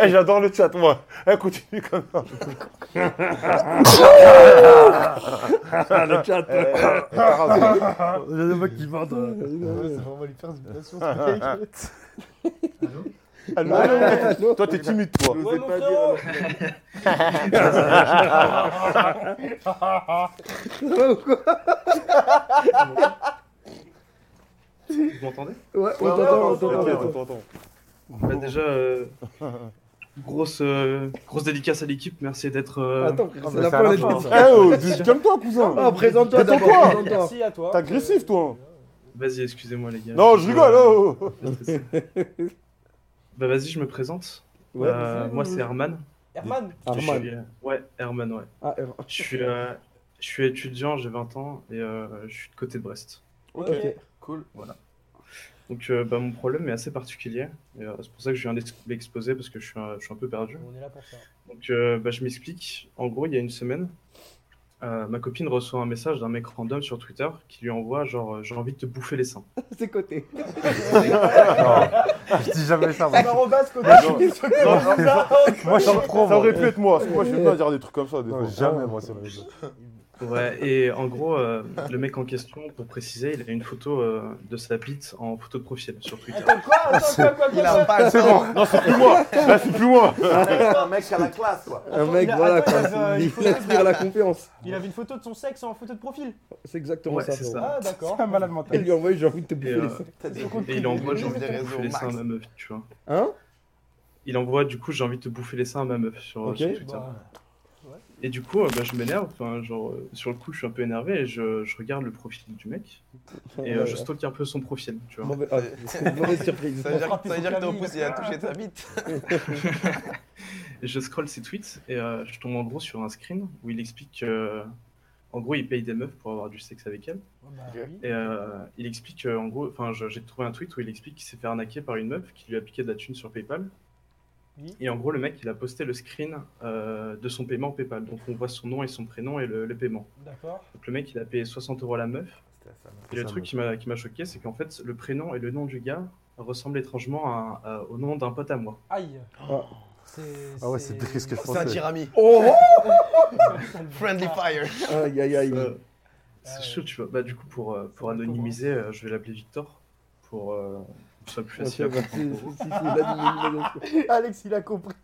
S3: Eh, j'adore le chat, moi. Eh, continue comme ça.
S1: Le chat.
S3: Eh, eh,
S8: Il y a des mecs qui mordent. euh.
S5: On va lui faire une
S9: <laughs>
S5: imitation.
S3: Allô, allô.
S1: Allô
S3: Toi, t'es timide, toi.
S4: Ouais, mon frérot
S1: Ça va ou quoi
S9: Vous m'entendez
S1: Ouais, on t'entend, on t'entend, on
S3: Ok,
S1: t'entend.
S3: attends, attends.
S9: bah, Déjà, euh, grosse, euh, grosse dédicace à l'équipe. Merci d'être. euh,
S1: Attends, frère, c'est
S8: mais
S1: la
S8: c'est à
S1: fin,
S8: la
S1: les
S8: fin,
S1: trucs.
S3: Eh, oh, dis- calme-toi,
S1: Ah,
S3: cousin.
S1: présente-toi
S3: Attends,
S1: d'abord,
S3: toi.
S1: présente-toi.
S4: Merci à toi.
S3: T'es agressif, toi.
S9: Vas-y, excusez-moi, les gars. Euh,
S3: Non, je rigole, oh.
S9: <laughs> Bah, vas-y, je me présente.
S1: Ouais,
S9: Euh, moi, c'est Herman.
S4: Herman,
S9: Je
S1: Arman.
S9: suis, euh, ouais, Herman, ouais.
S1: Ah, Herman.
S9: Je suis, euh, je suis étudiant, j'ai 20 ans et euh, je suis de côté de Brest.
S1: Ok.
S9: Donc, euh, bah, mon problème est assez particulier. et, euh, c'est pour ça que je viens d'ex- l'exposer parce que je suis, un- je suis un peu perdu.
S4: on est là pour ça.
S9: Donc, euh, bah, je m'explique. En gros, il y a une semaine, euh, ma copine reçoit un message d'un mec random sur Twitter qui lui envoie genre euh, j'ai envie de te bouffer les seins.
S1: <laughs> C'est côté.
S8: Je dis jamais ça, moi.
S4: Un arrobas côté.
S1: Ah,
S3: Non,
S4: Non, non,
S8: Moi, je suis pro.
S3: Ça
S8: moi.
S3: aurait pu être moi, parce que moi, je vais pas dire des trucs comme ça, des
S8: Non,
S3: fois.
S8: jamais, moi, ça aurait
S9: Ouais, et en gros, euh, le mec en question, pour préciser, il a une photo euh, de sa bite en photo de profil sur Twitter.
S1: Ah,
S4: Attends, quoi Attends, quoi, quoi,
S7: Il
S4: quoi,
S7: a
S4: quoi
S7: pas
S3: C'est bon, non, c'est plus moi. Là, c'est plus moi.
S7: C'est un Ah, mec à la classe, quoi.
S1: Un mec,
S4: il a-
S1: voilà,
S4: attends,
S1: quoi,
S4: il a- il
S1: il
S4: faut-
S1: il inspire la confiance.
S4: Il avait une photo de son sexe en photo de profil.
S1: C'est exactement
S9: Ouais,
S1: ça.
S9: c'est
S1: frérot.
S9: ça.
S4: Ah, d'accord.
S8: C'est un malade
S1: Elle
S8: mental.
S1: lui envoie, j'ai envie de te
S9: Et,
S1: bouffer
S9: euh,
S1: les seins.
S7: T'as dit,
S9: et il envoie j'ai envie de
S7: Des
S9: te
S7: réseaux
S9: bouffer les seins à
S7: max.
S9: ma meuf, tu vois.
S1: Hein
S9: Il envoie du coup j'ai envie de te bouffer les seins à ma meuf sur,
S1: Ok, bah.
S9: sur Twitter. Et du coup, euh, bah, je m'énerve, enfin, genre, euh, sur le coup, je suis un peu énervé et je, je regarde le profil du mec et euh,
S1: Ouais.
S9: je stalk un peu son profil, tu vois.
S1: Mauvais- ah, c'est une mauvaise surprise.
S2: Ça veut dire,
S4: frappé
S2: ça veut dire
S4: son
S2: que ton
S4: caddie.
S2: pouce il a touché ta bite.
S9: Et je scroll ses tweets et euh, je tombe en gros sur un screen où il explique que, en gros, il paye des meufs pour avoir du sexe avec elles.
S4: bah,
S9: Et euh, il explique, euh, en gros, enfin, je- j'ai trouvé un tweet où il explique qu'il s'est fait arnaquer par une meuf qui lui a piqué de la thune sur PayPal.
S4: Oui.
S9: Et en gros, le mec, il a posté le screen euh, de son paiement PayPal. Donc, on voit son nom et son prénom et le, le paiement.
S4: D'accord.
S9: Donc, le mec, il a payé 60 euros à la meuf. Et le truc qui m'a qui m'a choqué, c'est qu'en fait, le prénom et le nom du gars ressemblent étrangement à- à- au nom d'un pote à moi.
S4: Aïe.
S1: Ah.
S4: C'est.
S8: Ah ouais, c'est pire ce que je
S2: C'est un
S8: pensais.
S2: tirami. Friendly
S4: Friendly
S2: fire.
S1: Oh, Aïe aïe aïe.
S9: Euh,
S4: Ah
S9: C'est
S4: ouais.
S9: chaud, tu vois. Bah, du coup, pour, euh, pour anonymiser, euh, je vais l'appeler Victor. Pour euh, que ce soit plus
S1: Ok,
S9: facile à
S1: bah,
S9: comprendre
S1: si, si,
S9: pour vous.
S1: si, si, là, dis-nous, dis-nous, dis-nous.
S5: Alex, il a compris.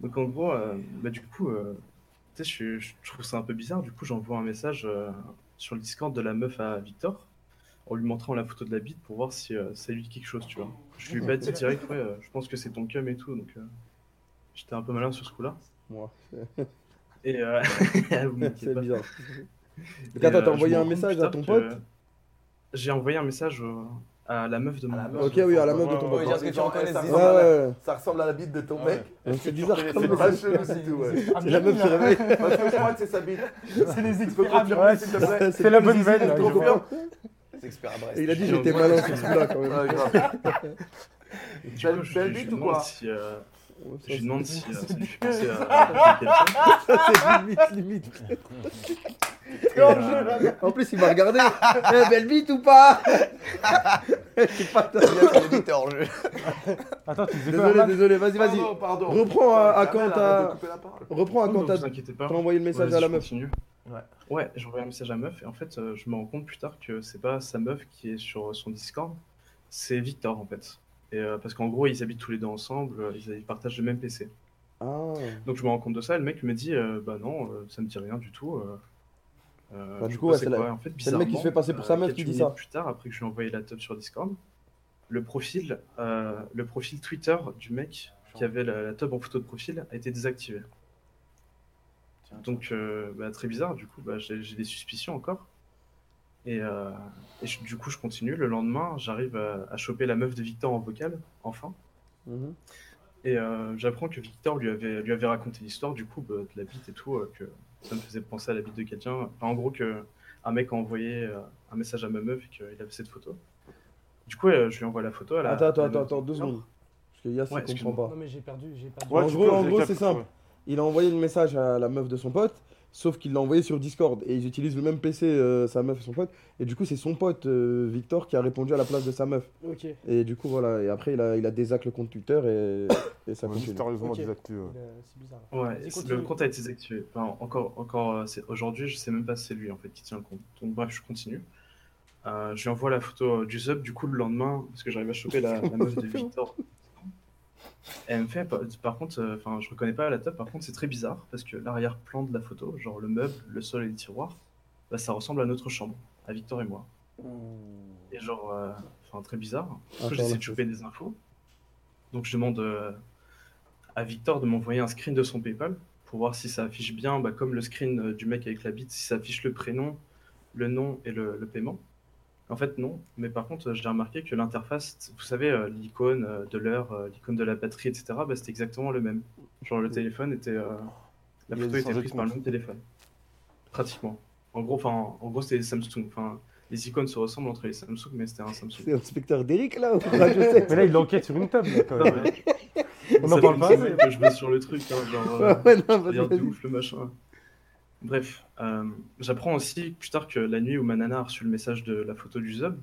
S9: Donc, en gros, euh, bah, du coup, euh, tu sais, je, je trouve ça un peu bizarre. Du coup, j'envoie un message euh, sur le Discord de la meuf à Victor en lui montrant la photo de la bite pour voir si euh, ça lui dit quelque chose, tu vois. Je lui ai pas dit direct, ouais, euh, je pense que c'est ton cum et tout. Donc, euh, j'étais un peu malin sur ce coup-là.
S1: Moi.
S9: Et euh, <laughs> vous me
S1: C'est
S9: moquez pas.
S1: bizarre. Donc
S9: Et,
S1: attends,
S9: euh,
S1: t'as envoyé un
S9: je me rends compte
S1: message
S9: plus
S1: à
S9: tard
S1: ton
S9: que
S1: pote
S9: J'ai envoyé un message au- à, à la meuf de mon
S7: la meuf.
S1: Ok, oui, à la mode de
S3: Ouais,
S1: ton pote.
S3: ouais,
S1: Ah,
S2: dire ce que tu
S7: Genre,
S2: reconnais,
S7: ça
S2: c'est
S1: Ouais,
S7: ressemble à la-
S1: ouais,
S7: Ça ressemble à la bite de ton
S3: Ah ouais.
S7: mec.
S1: ouais. C'est bizarre
S7: <laughs> C'est
S1: comme
S7: pas
S1: ça.
S7: chelou du tout, <laughs> ouais.
S4: Ah,
S1: C'est la meuf qui
S4: bizarre.
S1: réveille.
S7: <laughs> Parce que je crois que c'est sa bite.
S4: C'est les
S7: Tu peux
S4: experts.
S7: confirmer, s'il te plaît
S8: C'est la bonne veine, là,
S7: Tu
S8: je vois.
S7: confirmes
S2: C'est expert à Brest.
S1: Et il a dit j'étais malin sur ce là quand
S7: Ouais,
S1: même.
S7: <laughs> grave.
S9: Du
S7: Belle-
S9: coup, je,
S7: belle
S9: je
S7: bite
S9: lui
S7: ou
S9: demande
S7: quoi
S9: si, euh,
S1: Ouais,
S9: je lui
S1: ça,
S9: demande si euh, ça lui fait penser à quelqu'un.
S1: <laughs> c'est limite, limite.
S9: Et, euh,
S1: En plus, il m'a regardé. Eh, belle bite ou pas <laughs> C'est pas ta-
S8: Attends, tu disais quoi
S1: Désolé,
S8: Herman
S1: désolé, vas-y, vas-y.
S7: Pardon, pardon.
S1: Reprends à, à
S7: Ta
S1: quand
S7: mère, arrête de
S1: t'as.
S7: couper la parole.
S1: Reprends à
S9: non,
S1: quand
S9: non,
S1: t'as
S9: vous inquiétez pas.
S1: t'as envoyé le message
S9: Vas-y,
S1: à la
S9: je
S1: meuf.
S9: continue.
S7: Ouais.
S9: Ouais, j'envoie un message à meuf et en fait, euh, je me rends compte plus tard que c'est pas sa meuf qui est sur son Discord, c'est Victor en fait. Et, euh, parce qu'en gros, ils habitent tous les deux ensemble, euh, ils, ils partagent le même PC.
S1: Ah.
S9: Donc je me rends compte de ça, et le mec me dit euh, Bah non, euh, ça me dit rien du tout. euh,
S1: Bah,
S9: euh, je
S1: du
S9: sais
S1: coup,
S9: pas
S1: ouais,
S9: c'est
S1: c'est la-
S9: quoi. En fait,
S1: c'est le mec qui se fait passer pour sa
S9: bizarrement, euh,
S1: meuf qui
S9: quelques
S1: dit ça.
S9: minutes Plus tard, après que je lui ai envoyé la top sur Discord, le profil, euh, le profil Twitter du mec qui avait la, la top en photo de profil a été désactivé. Donc euh, bah, très bizarre, du coup bah, j'ai j'ai des suspicions encore. Et, euh, et je- du coup je continue, le lendemain j'arrive à, à choper la meuf de Victor en vocal, enfin.
S1: Mhm.
S9: Et euh, j'apprends que Victor lui avait, lui avait raconté l'histoire du coup bah, de la bite et tout, euh, que ça me faisait penser à la bite de quelqu'un. Enfin, en gros que un mec a envoyé euh, un message à ma meuf et qu'il avait cette photo. Du coup euh, je lui envoie la photo. à la-
S1: Attends, attends,
S9: à la
S1: attends,
S9: meuf de
S1: attends, deux
S9: Victor.
S1: secondes. Parce que Yass,
S9: Ouais,
S1: il comprend pas.
S4: Non, mais j'ai perdu, j'ai perdu.
S1: Ouais, En
S3: tu
S1: gros,
S3: peux,
S1: en
S3: je
S1: gros,
S3: capte,
S1: c'est simple. Il a envoyé le message à la meuf de son pote, sauf qu'il l'a envoyé sur Discord. Et ils utilisent le même PC, euh, sa meuf et son pote. Et du coup, c'est son pote, euh, Victor, qui a répondu à la place de sa meuf.
S4: Ok. il
S1: Et du coup, voilà. Et après, il a, il a désac le compte Twitter et, et ça
S3: Ouais,
S1: continue.
S3: Mystérieusement
S4: Ok.
S3: désactivé.
S4: a- C'est bizarre.
S9: Ouais,
S4: Vas-y,
S9: c'est-
S4: continue.
S9: le compte a été désactivé. Enfin, encore, encore euh, c'est- aujourd'hui, je sais même pas si c'est lui en fait qui tient le compte. Donc bref, je continue. Euh, je lui envoie la photo euh, du sub, du coup le lendemain, parce que j'arrive à choper la, la
S4: <laughs>
S9: meuf de Victor. Elle me fait, par, par contre, euh, enfin, je reconnais pas la top, par contre c'est très bizarre, parce que l'arrière-plan de la photo, genre le meuble, le sol et les tiroirs, bah, ça ressemble à notre chambre, à Victor et moi. Et genre, euh, enfin très bizarre. Du coup,
S1: Attends,
S9: j'essaie
S1: là,
S9: de choper des infos. Donc je demande euh, à Victor de m'envoyer un screen de son PayPal pour voir si ça affiche bien, bah, comme le screen euh, du mec avec la bite, si ça affiche le prénom, le nom et le, le paiement. En fait, non. Mais par contre, euh, j'ai remarqué que l'interface, t- vous savez, euh, l'icône euh, de l'heure, euh, l'icône de la batterie, etc., bah, c'était exactement le même. Genre le téléphone était... euh, la
S3: Il a
S9: photo
S3: dû
S9: était
S3: changer de
S9: prise par le
S3: compte.
S9: même téléphone. Pratiquement. En gros, enfin, en gros, c'était des Samsung. Enfin, les icônes se ressemblent entre les Samsung, mais c'était un Samsung.
S1: C'est inspecteur Derrick là ou Radio
S7: <laughs>
S1: Tech
S8: Mais là,
S7: Bah,
S8: il enquête sur une table. là, quand
S9: Non,
S8: même.
S9: mais-
S8: On
S9: ça
S8: n'en parle
S9: fait
S8: pas.
S9: une semaine que je vais sur le truc, hein, genre, euh,
S1: Ouais,
S9: <laughs>
S1: ouais, non,
S9: ça a
S1: vas-y,
S9: l'air de
S1: vas-y.
S9: ouf le machin. Bref, euh, j'apprends aussi plus tard que la nuit où ma nana a reçu le message de la photo du Zob,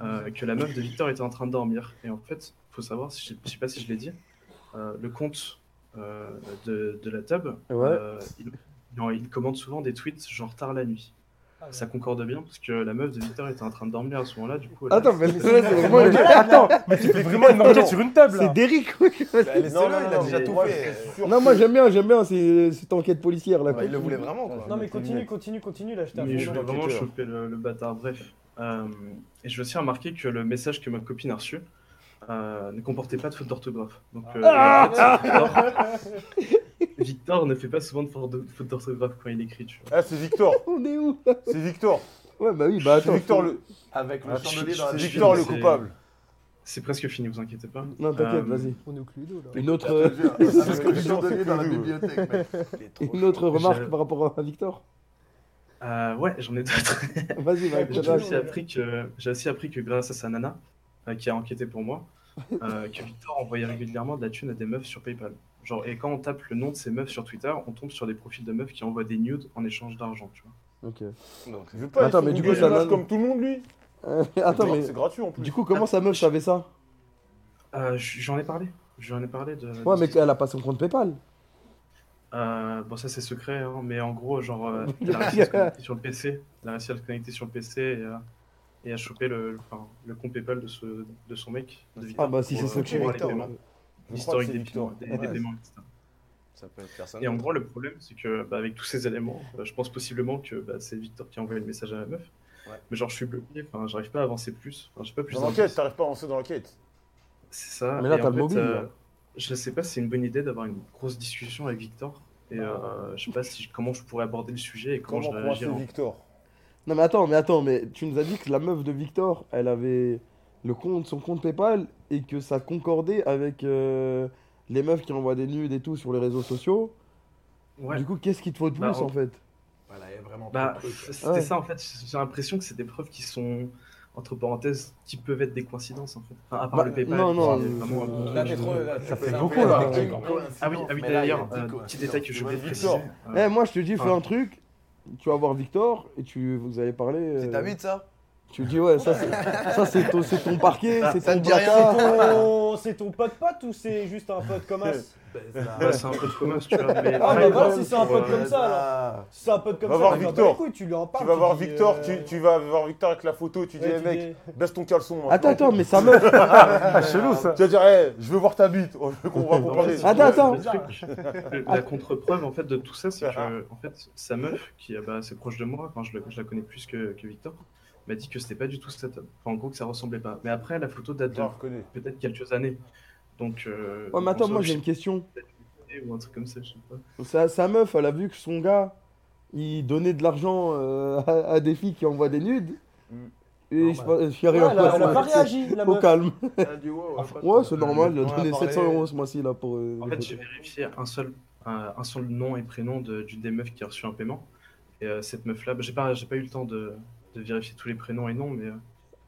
S9: euh, que la meuf de Victor était en train de dormir. Et en fait, faut savoir, si je, je sais pas si je l'ai dit, euh, le compte euh, de, de la tub,
S1: Ouais.
S9: euh, il, non, il commande souvent des tweets genre tard la nuit.
S4: Ah ouais.
S9: Ça concorde bien parce que la meuf de Victor était en train de dormir à ce moment-là, du coup. elle a-
S1: Attends, mais là, c'est vraiment.
S8: Ouais, mais- Attends, mais tu fais vraiment une enquête sur une table.
S1: <laughs> C'est
S8: là.
S1: Derrick, ouais.
S2: Bah, Laissez-le, il a déjà tout fait.
S1: Non, moi j'aime bien, j'aime bien ces- cette enquête policière là.
S2: Bah, Il le voulait vraiment, quoi.
S4: Non, mais continue, continue, continue, là, je
S9: Mais je
S4: t'avoue.
S9: voulais vraiment
S3: Enquêteur.
S9: choper le, le bâtard, bref. Euh, et je veux aussi remarquer que le message que ma copine a reçu euh, ne comportait pas de faute d'orthographe. Donc, euh,
S4: Ah. <laughs>
S9: Victor, Victor ne fait pas souvent de faute de- faute d'orthographe quand il écrit, tu vois.
S3: Ah, c'est Victor.
S1: On est où
S3: C'est Victor.
S1: Ouais, bah oui, bah
S3: C'est
S1: attends.
S3: Victor
S1: faut-
S3: le,
S7: Avec le
S9: Ah, je-
S7: chandelier dans la
S3: c'est
S9: je- je-
S7: bite.
S3: Victor le
S9: c'est-
S3: coupable.
S9: C'est presque fini, vous inquiétez pas.
S1: Non, t'inquiète,
S9: Euh,
S1: vas-y.
S5: On est au Cluedo là.
S1: Une autre,
S7: Je
S1: euh,
S7: te jure, Avec le
S3: c'est-
S7: chandelier dans la
S3: c'est-
S7: bibliothèque, mec.
S1: une autre remarque
S9: Je-
S1: par rapport à
S9: <laughs>
S1: Victor
S9: Euh, ouais, j'en ai d'autres.
S1: Vas-y, va,
S9: J'ai
S1: t'as-
S9: aussi, appris que- j'ai aussi appris que grâce à sa nana, euh, qui a enquêté pour moi, euh, que Victor envoyait régulièrement de la thune à des meufs sur PayPal. Genre, et quand on tape le nom de ces meufs sur Twitter, on tombe sur des profils de meufs qui envoient des nudes en échange d'argent, tu vois.
S1: Ok.
S2: Donc,
S3: Je veux pas
S1: Attends,
S3: être
S1: mais
S3: sur
S1: du
S3: Google
S1: coup, ça
S3: Images
S1: donne-
S3: comme tout le monde, lui.
S1: Euh, Attends, mais
S3: C'est gratuit en plus.
S1: du coup, comment sa meuf savait ça
S9: Euh, j- J'en ai parlé. J'en ai parlé de.
S1: Ouais,
S9: de-
S1: mais elle a pas son compte PayPal.
S9: Euh, bon, ça c'est secret, hein, mais en gros, genre,
S1: <laughs>
S9: euh, elle a réussi à se connecter sur le PC. Elle a réussi à se connecter sur le PC et, euh, et à choper le, enfin, le compte PayPal de, ce, de son mec. De Victor,
S1: Ah, bah si,
S9: pour,
S1: c'est
S9: euh,
S1: secret,
S9: pour
S1: Victor.
S9: les
S1: ouais.
S9: paiements,
S3: Je crois que
S9: L'historique
S3: c'est
S9: des,
S3: Victor.
S9: paiements, des- des
S1: Ouais.
S9: paiements, etc.
S2: ça peut être personne.
S9: Et en gros, le problème, c'est que bah, avec tous ces éléments, euh, je pense possiblement que bah, c'est Victor qui a envoyé le message à la meuf.
S2: Ouais.
S9: Mais genre, je suis bloqué, enfin, j'arrive pas à avancer plus. Enfin, j'ai pas plus
S3: Dans
S9: d'enquête.
S3: l'enquête, t'arrives pas à avancer dans l'enquête.
S9: C'est ça.
S1: Mais là,
S9: Et
S1: t'as
S9: en
S1: le
S9: fait,
S1: mobile,
S9: euh,
S1: là.
S9: je sais pas si c'est une bonne idée d'avoir une grosse discussion avec Victor. Et euh, je sais pas si, comment je pourrais aborder le sujet et comment,
S3: Comment
S9: je
S3: pour
S1: hein.
S9: réagirais.
S3: Victor
S1: Non, mais attends, mais attends, mais tu nous as dit que la meuf de Victor, elle avait le compte, son compte PayPal et que ça concordait avec euh, les meufs qui envoient des nudes et tout sur les réseaux sociaux.
S9: Ouais.
S1: Du coup, euh, qu'est-ce qu'il te faut de plus
S9: Bah, on-
S1: en fait
S7: Voilà, il y a vraiment
S9: Bah,
S7: trop de trucs.
S9: c'était
S1: Ouais.
S9: ça en fait. J'ai l'impression que c'est des preuves qui sont entre parenthèses qui peuvent être des coïncidences en fait. Enfin, à part
S1: Bah,
S9: le PayPal.
S1: non,
S9: qui
S1: non,
S9: est
S1: euh,
S9: vraiment un-
S2: Là, t'es trop. là,
S8: Ça
S2: t'es
S8: fait
S2: un
S8: beaucoup,
S2: peu-
S8: là.
S2: t'es
S8: Ouais.
S2: encore-
S9: Ah oui, ah
S7: Mais là, il
S9: oui
S7: y a
S9: d'ailleurs,
S7: une
S9: euh,
S7: petite
S9: petit détail que j'ai oublié de préciser.
S3: Victor.
S1: Eh,
S9: euh,
S1: moi, je te dis, fais
S9: Ah.
S1: un truc. Tu vas voir Victor et tu vous allez parler.
S2: C'est
S1: euh,
S2: ta bite, ça
S1: Tu lui dis ouais, ça c'est
S2: <laughs>
S1: ça, c'est ton, c'est ton parquet, Ah, c'est
S2: ça
S1: ton
S2: ne dit rien.
S1: placard.
S4: ton- C'est ton pote-pote ou c'est juste un pote comme as
S9: bah, c'est un peu de commun,
S1: <laughs>
S9: tu vois. Mais
S4: Ah, bah
S9: après,
S4: voilà,
S9: euh,
S4: si c'est un
S9: pour,
S4: pote comme
S9: euh,
S4: ça, alors. Si c'est un pote comme
S3: Va
S4: ça,
S3: voir
S4: tu lui en
S3: Victor.
S4: bats les couilles, tu lui en parles.
S3: Tu vas
S4: tu
S3: voir
S4: dis,
S3: Victor,
S4: euh,
S3: tu, tu vas voir Victor avec la photo, tu dis,
S4: ouais,
S3: eh
S4: tu
S3: mec,
S4: dis- Ah,
S3: baisse ton caleçon. hein. maintenant.
S1: Attends, attends, mais sa meuf.
S8: Ah, chelou ça.
S3: Tu vas dire, eh, je veux voir ta bite, on veut qu'on
S1: <laughs>
S3: va
S9: en
S3: comparer.
S9: fait,
S1: Attends, attends.
S9: le
S1: <laughs>
S9: truc- La contre-preuve en fait de tout ça, c'est que en fait, sa meuf, qui est bah, assez proche de moi, enfin, je, le- je la connais plus que, que Victor, m'a dit que c'était pas du tout cet homme. Enfin, en gros, que ça ressemblait pas. Mais après, la photo date
S3: Je
S9: de
S3: la reconnais.
S9: peut-être quelques années. Donc. euh,
S1: Ouais, mais
S9: en
S1: attends,
S9: soi,
S1: moi
S9: je
S1: j'ai
S9: sais
S1: une question.
S9: pas, ou un truc comme ça, je sais pas.
S1: Sa, sa meuf, elle a vu que son gars, il donnait de l'argent euh, à, à des filles qui envoient des nudes.
S3: Mm.
S1: Et je pense- je suis
S4: Ouais,
S1: arrivé
S4: elle a-
S1: à
S4: elle a pas
S1: quoi ça
S4: réagi, la
S1: Au
S4: meuf.
S1: calme.
S7: Ah, du wow, après,
S1: Ouais, c'est normal, il a
S2: on a
S1: donné
S2: parlé.
S1: 700 euros ce mois-ci là pour. euh,
S9: En
S1: les
S9: fait,
S1: photos.
S9: j'ai vérifié un seul, euh, un, un seul nom et prénom de- d'une des meufs qui a reçu un paiement. Et euh, cette meuf-là, bah, j'ai pas, j'ai pas eu le temps de, de vérifier tous les prénoms et noms, mais euh,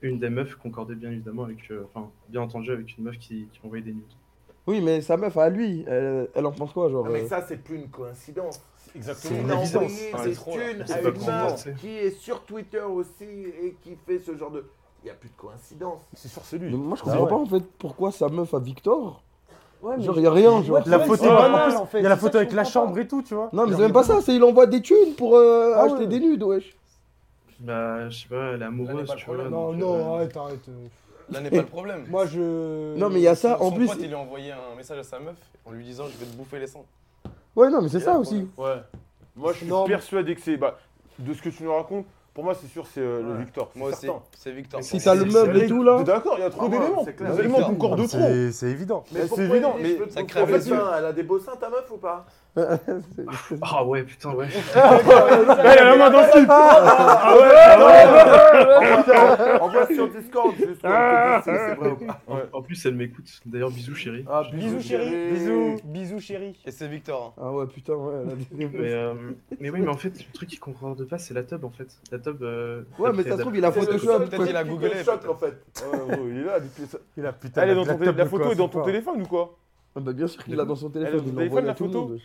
S9: une des meufs concordait bien évidemment avec, euh, enfin, bien entendu avec une meuf qui, qui envoyait des nudes.
S1: Oui, mais sa meuf, à lui, elle, elle en pense quoi genre
S7: Ah, mais
S1: euh,
S7: ça, c'est plus une coïncidence.
S9: C'est
S7: Il
S9: une
S7: a
S9: évidence.
S7: envoyé
S3: Ah,
S9: Ouais,
S7: des
S9: c'est trop,
S7: thunes
S9: c'est
S7: à
S9: pas
S7: une meuf
S9: cohérent.
S7: qui est sur Twitter aussi et qui fait ce genre de. Il n'y a plus de coïncidence.
S3: C'est sûr, c'est lui.
S1: donc moi je
S3: Ah
S1: comprends
S3: ouais.
S1: pas en fait pourquoi sa meuf à Victor.
S4: Ouais, mais-
S1: Genre y a rien, genre.
S4: Ouais,
S8: La
S4: ouais,
S8: photo,
S4: c'est
S8: en
S4: banal,
S8: plus,
S4: en fait,
S8: il y a la
S4: c'est
S8: photo
S4: ça que
S8: avec
S4: je
S8: la
S4: comprends
S8: chambre et tout, tu vois.
S1: Non, mais c'est même pas ça, c'est il envoie des thunes pour euh,
S8: Ah
S1: acheter
S8: ouais.
S1: des nudes, wesh.
S9: Bah, je sais pas, elle est
S2: Là, n'est
S9: amoureuse,
S2: pas le
S9: tu
S2: problème.
S9: vois.
S4: pas. Non,
S9: donc,
S4: non,
S9: euh,
S4: arrête, arrête. euh.
S2: Là n'est pas le problème.
S4: Moi, je.
S1: Non, mais il y a ça,
S2: Son-
S1: en
S2: son
S1: plus-
S2: pote, il lui a envoyé un message à sa meuf en lui disant Je vais te bouffer les sangs.
S1: Ouais, non, mais c'est
S2: Il y a
S1: ça
S2: un
S1: aussi.
S3: Ouais. Moi, je suis
S4: Non, mais-
S3: persuadé que c'est. Bah, de ce que tu nous racontes, pour moi, c'est sûr, c'est euh, le
S7: Ouais.
S3: Victor. c'est
S2: Moi aussi,
S3: certain.
S2: c'est Victor.
S1: Si
S2: pour
S1: ça
S2: moi.
S1: le
S9: c'est-
S1: meuble
S9: c'est
S1: et tout là.
S3: D'accord, il y a trop
S7: Ah ouais,
S3: d'éléments.
S7: c'est clair.
S3: Les éléments
S2: Victor.
S3: concordent de trop.
S8: C'est c'est évident.
S3: Mais
S7: pourquoi
S3: c'est
S7: il
S3: évident,
S7: dit,
S3: mais-
S7: je veux te
S2: Ça
S7: montrer
S2: crève
S7: mes
S2: les yeux.
S7: seins, Elle a des beaux seins, ta meuf ou pas
S9: Ah ouais, putain, ouais.
S3: Là, il y a la main dans le slip.
S7: Envoie- Envoie sur Discord juste pour que tu sais si c'est vrai ou pas.
S9: En plus, elle m'écoute. D'ailleurs, bisous, chérie.
S7: Ah,
S4: Bisous, chérie. Bisous. Bisous, chérie.
S2: Et
S1: <laughs>
S2: c'est Victor. hein.
S1: Ah ouais, putain, ouais, elle a des-
S9: Mais, euh, mais oui, mais en fait, le truc qui concorde pas, c'est la tub en fait. La tub. euh,
S1: Ouais, mais
S9: d'après-
S1: ça se trouve, il a
S7: C'est le
S1: Photoshop.
S7: seul
S1: quoi.
S2: peut-être il a
S7: truc qui te
S2: googlé,
S7: choque,
S2: peut-être.
S7: en fait.
S3: Ouais, gros, il est là, depuis ça-
S8: Il a putain.
S3: Elle est dans
S8: la
S3: ton tél-
S8: table
S3: La
S8: de
S3: photo
S8: quoi,
S3: est dans
S8: c'est
S3: ton
S8: quoi
S3: téléphone ou quoi
S1: Ah bah bien sûr qu'il l'a dans son téléphone,
S3: Elle a dans
S1: il
S3: son
S1: l'envoie
S3: téléphone,
S1: à
S3: la
S1: tout le
S3: photo
S1: monde.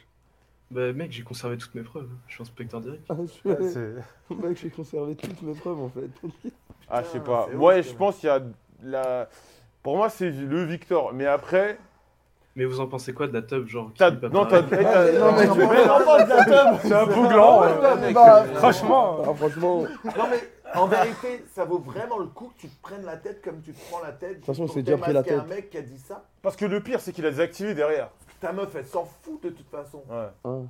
S9: Bah, mec, j'ai conservé toutes mes preuves. Je suis inspecteur direct.
S1: Ah, je-
S8: C'est-
S1: Mec, j'ai conservé toutes mes preuves en fait.
S3: Ah, je sais pas.
S7: c'est
S3: Ouais,
S7: ouf,
S3: je
S7: quand
S3: pense qu'il y a la. Pour moi, c'est le Victor. Mais après,
S9: Mais vous en pensez quoi de la tub genre qui
S3: t'as.
S9: dit pas
S3: Non, t'as.
S9: pareil
S3: eh, t'as-
S1: Non, mais-
S3: mais non,
S8: C'est un peu gland.
S7: Ouais,
S8: euh.
S7: mec,
S1: Bah,
S7: euh,
S8: Franchement.
S1: Ah, franchement, de toute
S7: Non mais en vérité, ça vaut vraiment le coup que tu te prennes la tête comme tu te prends la tête. De
S1: toute façon, on s'est déjà pris la
S7: un
S1: tête.
S7: mec qui a dit ça.
S3: Parce que le pire, c'est qu'il a désactivé derrière.
S7: Ta meuf, elle s'en fout de toute façon. Ah bah,
S3: Ouais.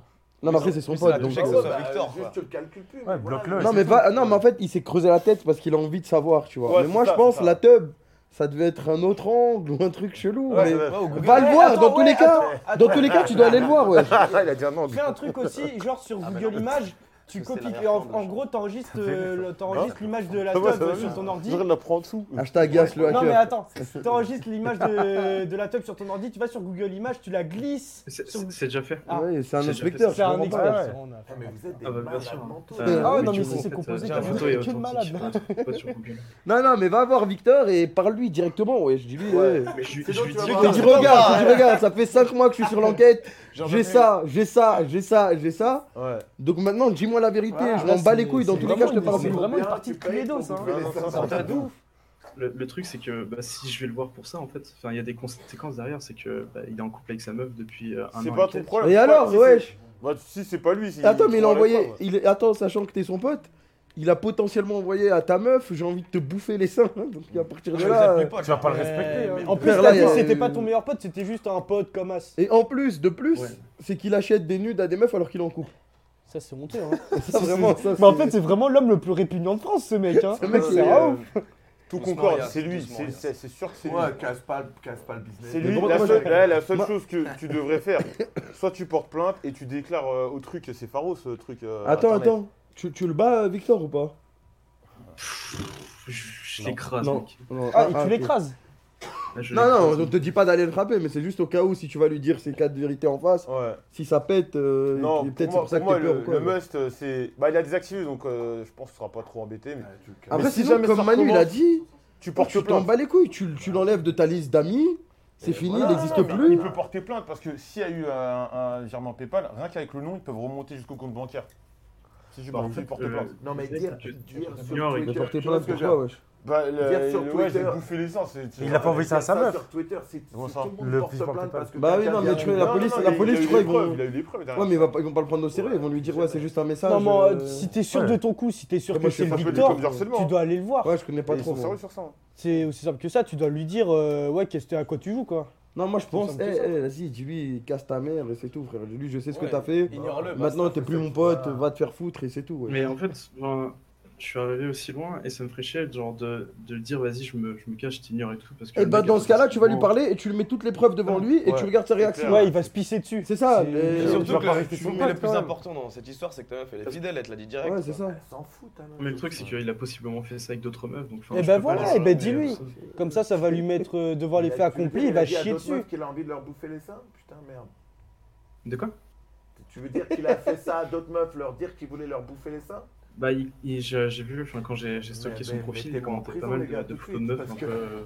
S1: Non, mais après, c'est son
S2: Oui,
S1: pote.
S2: la
S1: donc,
S2: Je sais que
S1: euh,
S2: ce soit Victor,
S7: juste,
S2: quoi.
S7: tu le calcules plus. mais
S8: Ouais,
S7: voilà.
S8: bloque-le.
S1: Non, mais euh, pas. Non, mais en fait, il s'est creusé la tête parce qu'il a envie de savoir, tu vois.
S3: Ouais,
S1: Mais
S3: c'est
S1: moi,
S3: ça,
S1: je pense,
S3: c'est ça.
S1: la tub, ça devait être un autre angle ou un truc chelou.
S3: Ouais,
S1: mais-
S3: ouais.
S2: Ouais, au Google.
S1: Va le voir,
S4: Eh, attends,
S1: dans tous
S4: ouais,
S1: les cas.
S4: attends.
S1: Dans tous les cas, tu dois aller le voir, <laughs> ouais.
S3: Ah, il a dit un angle.
S4: Fais un truc aussi, genre sur
S2: Ah, mais
S4: Google
S2: non.
S4: Images, tu
S2: Parce que c'est la
S4: copies. et En,
S2: version de-
S4: en gros, t'enregistres euh, le- t'enregistres l'image de la
S3: Ça va, ça
S4: tub
S3: va
S4: sur ton ordi.
S3: Je la prendre en dessous.
S1: Hashtag As le
S4: Non mais
S1: hacker.
S4: <laughs> attends, t'enregistres l'image de, de la tub sur ton ordi, tu vas sur Google Images, tu la glisses.
S9: C'est-
S4: sur-
S9: C'est c'est déjà fait.
S4: Ah.
S1: Ouais, c'est un
S9: C'est-
S1: inspecteur.
S4: C'est
S1: je
S4: un
S1: comprends pas.
S4: expert.
S8: ouais.
S4: ça, on a-
S7: Ah, mais vous êtes des
S9: Ah, bah, bien
S7: malades
S9: sûr.
S7: mentaux.
S4: Ah
S9: Euh,
S4: ouais,
S9: oui,
S4: non,
S9: tu
S4: mais
S9: vois,
S4: c'est-
S9: en
S4: c'est
S9: fait,
S4: composé
S9: euh,
S4: comme
S9: la
S4: un
S9: photo
S4: truc
S9: est
S4: de
S9: authentique,
S4: malade,
S9: pas- pas sur Google.
S1: Non, non, mais va voir Victor et parle-lui directement, ouais. Je dis lui, ouais.
S9: Mais je, lui-
S7: Sinon,
S9: je lui
S7: tu vas
S9: dis
S7: voir-
S1: Je dis regarde, je dis regarde, ça fait 5 mois que je suis sur l'enquête, j'ai ça, j'ai ça, j'ai ça, j'ai ça.
S3: Ouais.
S1: Donc maintenant, dis-moi la vérité,
S4: Ah,
S1: je
S4: là,
S1: m'en bats
S4: c'est-
S1: les couilles, dans
S4: c'est
S1: tous les cas, je te
S4: vraiment
S1: parle
S4: une-
S1: plus.
S4: vraiment
S7: Combien
S4: une partie
S7: tu
S4: de
S7: payes
S4: clé d'eau,
S7: pour
S4: ça,
S7: bouffer
S3: hein.
S7: les
S3: Non, non,
S7: seins
S3: ça,
S7: dans ta
S3: ça,
S7: bouche
S9: le, le truc, c'est que bah, si je vais le voir pour ça, en fait, enfin, il y a des conséquences derrière. C'est que bah, il est en couple avec sa meuf depuis euh, un
S3: C'est
S9: an.
S3: pas
S9: et
S3: ton
S9: quelques.
S3: problème.
S1: Et alors,
S3: Si
S1: wesh
S3: c'est- Bah, si c'est pas lui. c'est-
S1: Attends, mais il a
S3: prend la
S1: envoyé,
S3: preuve.
S1: il est- attends, sachant que t'es son pote, il a potentiellement envoyé à ta meuf, j'ai envie de te bouffer les seins. hein. Donc à partir de
S3: Ah,
S2: Je les
S1: là.
S2: appelais
S1: euh,
S2: pas,
S8: Tu vas pas le
S4: Ouais,
S8: respecter. hein.
S4: mais En plus,
S1: Frère,
S4: t'as
S1: là,
S4: dit
S1: y a-
S4: que c'était pas ton meilleur pote, c'était juste un pote comme as.
S1: Et en plus, de plus,
S9: Ouais.
S1: c'est qu'il achète des nudes à des meufs alors qu'il est en couple.
S4: Ça, <laughs> c'est honteux, hein.
S1: Ça, vraiment, ça,
S4: Mais en
S1: c'est-
S4: fait, c'est vraiment l'homme le plus répugnant de France, ce mec, hein.
S1: Ce mec,
S4: C'est
S1: c'est-
S4: vraiment ouf.
S3: Euh, Tout
S2: Doucement,
S3: concorde,
S2: Yas,
S3: c'est lui.
S2: doucement,
S3: c'est-
S2: Yas.
S3: C'est c'est sûr que c'est lui.
S7: Ouais, casse pas, le- casse pas le business.
S3: C'est
S1: Mais
S3: lui,
S1: bon,
S3: la
S1: moi,
S3: seule,
S1: j'ai-
S3: ouais, la seule
S1: moi-
S3: chose que tu devrais faire, soit tu portes plainte et tu déclares euh, au truc, c'est Faro ce truc. euh,
S1: Attends,
S3: internet.
S1: attends, tu, tu le bats, euh, Victor, ou pas
S9: Je l'écrase,
S1: Non.
S9: mec.
S1: Non,
S4: Ah, et
S1: ah,
S4: tu
S1: ok.
S4: l'écrases
S9: Là, je
S1: Non, non,
S9: l'écrase,
S1: on
S9: mec.
S1: te dit pas d'aller le frapper, mais c'est juste au cas où si tu vas lui dire ces quatre vérités en face,
S3: Ouais.
S1: si ça pète, euh,
S3: Non,
S1: et
S3: pour
S1: peut-être c'est
S3: moi,
S1: pour ça que
S3: pour moi,
S1: t'es peur
S3: le,
S1: ou quoi.
S3: le must, euh, c'est. Bah, il a désactivé, donc euh, je pense que tu seras pas trop embêté. Mais,
S1: Après,
S3: mais
S1: sinon, comme
S3: ça
S1: Manu il a
S3: recommence,
S1: dit,
S3: tu portes
S1: tu t'en
S3: plainte.
S1: bats les couilles, tu, tu l'enlèves de ta liste d'amis, c'est
S3: Et
S1: fini,
S3: voilà,
S1: il n'existe
S3: non, mais
S1: plus.
S3: Il peut porter plainte parce que s'il y a eu un, un virement PayPal, rien qu'avec le nom, ils peuvent remonter jusqu'au compte bancaire. Si tu
S9: Bah, en
S3: portes,
S9: fait,
S3: tu portes
S9: euh,
S3: plainte.
S7: Non, mais
S9: Tu sais,
S7: dire,
S9: tu-
S7: dire
S9: tu-
S7: sur
S9: tu-
S7: Twitter,
S1: De porter
S7: tu vois
S1: plainte,
S7: ce que
S1: pourquoi,
S7: j'ai-
S1: wesh
S3: Bah, le,
S7: Dire sur
S3: le- ouais, j'ai
S7: Twitter.
S3: bouffé l'essence. et tu-
S8: Il a pas envoyé ça à sa meuf.
S7: Sur Twitter, si, si tout
S3: Comment ça
S7: le monde
S8: Le
S7: porte
S8: fils porte
S7: plainte
S8: pas.
S7: parce que
S1: Bah oui,
S7: quelqu'un
S1: non, mais
S7: vient-
S1: tu vois, la
S3: Non,
S1: police,
S3: non, non,
S1: la
S3: il-
S1: police,
S3: il
S1: je
S3: a eu
S1: crois,
S3: des
S1: ils
S3: preuves,
S1: vont.
S3: Il a eu des preuves derrière.
S1: Ouais, mais ils vont pas- ils vont pas le prendre au sérieux, ils vont lui dire, ouais, c'est juste un message.
S4: Non, mais euh,
S1: euh,
S4: si t'es sûr
S8: ouais.
S4: de ton coup, si t'es sûr
S1: Ouais,
S4: que
S1: parce
S4: c'est
S1: que ça peut
S3: être
S4: Victor,
S3: comme du harcèlement,
S4: tu
S3: hein.
S4: dois aller le voir.
S1: Ouais, je connais pas
S3: Et ils
S1: trop.
S3: sont
S1: moi.
S3: sérieux sur ça. hein.
S4: C'est aussi simple que ça, tu dois lui dire euh, ouais, qu'est-ce que à quoi tu joues quoi.
S1: Non, moi je pense,
S4: sérieux
S1: eh,
S4: sur
S1: eh, vas-y, dis-lui, casse ta mère et c'est tout, frère. Dis-lui, je sais ce que
S2: Ouais.
S1: t'as fait.
S7: bah,
S2: Ignore-le.
S1: Maintenant,
S2: basta,
S1: t'es
S2: faut
S1: plus
S2: que
S1: mon
S2: ça-
S1: pote, va te faire foutre et c'est tout. ouais.
S9: Mais en fait, ben, je suis arrivé aussi loin et ça me fait chier genre, de, de dire vas-y, je me, je me cache, je t'ignore et tout. Parce que
S1: Et
S9: le
S1: bah,
S9: mec,
S1: dans ce cas-là, tu vas lui
S9: bon,
S1: parler et tu lui mets toutes les preuves devant lui et
S3: Ouais.
S1: tu regardes sa réaction.
S3: clair.
S4: Ouais, il va se pisser dessus.
S1: C'est ça,
S4: C'est-
S1: mais-
S2: Et
S1: Tu
S2: surtout
S3: vas
S2: que
S3: pas
S2: le-
S3: rester
S2: tu
S3: sous le
S2: mais
S3: pote,
S2: le plus
S3: quand même.
S2: important dans cette histoire, c'est que ta meuf, elle est fidèle, elle te l'a dit direct.
S1: Ouais, c'est ça.
S7: Elle s'en fout, ta meuf.
S9: Mais le truc, c'est qu'il a possiblement fait ça avec d'autres meufs. Donc, enfin,
S4: Eh
S9: je
S4: ben
S9: peux pas
S4: voilà,
S9: dire
S4: eh
S9: ça,
S4: ben
S9: mais,
S4: dis-lui.
S9: euh, ça-
S4: Comme ça, ça va lui mettre euh, devant les
S7: Il a-
S4: faits
S7: tu veux
S4: accomplis,
S7: dire,
S4: il va
S7: dit à
S4: chier
S7: d'autres
S4: dessus.
S7: meufs qu'il a envie de leur bouffer les seins Putain, merde.
S9: De quoi
S7: Tu veux dire qu'il a fait ça à d'autres meufs, leur dire qu'il voulait leur bouffer les seins
S9: Bah, il- il- je- j'ai vu, enfin, quand j'ai j'ai
S7: Mais-
S9: stocké son
S7: mais-
S9: profil, il
S7: mettez-moi en
S9: commentait pas
S7: prison,
S9: mal
S7: les gars,
S9: de,
S7: tout
S9: de
S7: de
S9: photos de
S7: suite,
S9: meufs
S7: parce
S9: un
S7: que- <laughs>
S9: peu. euh,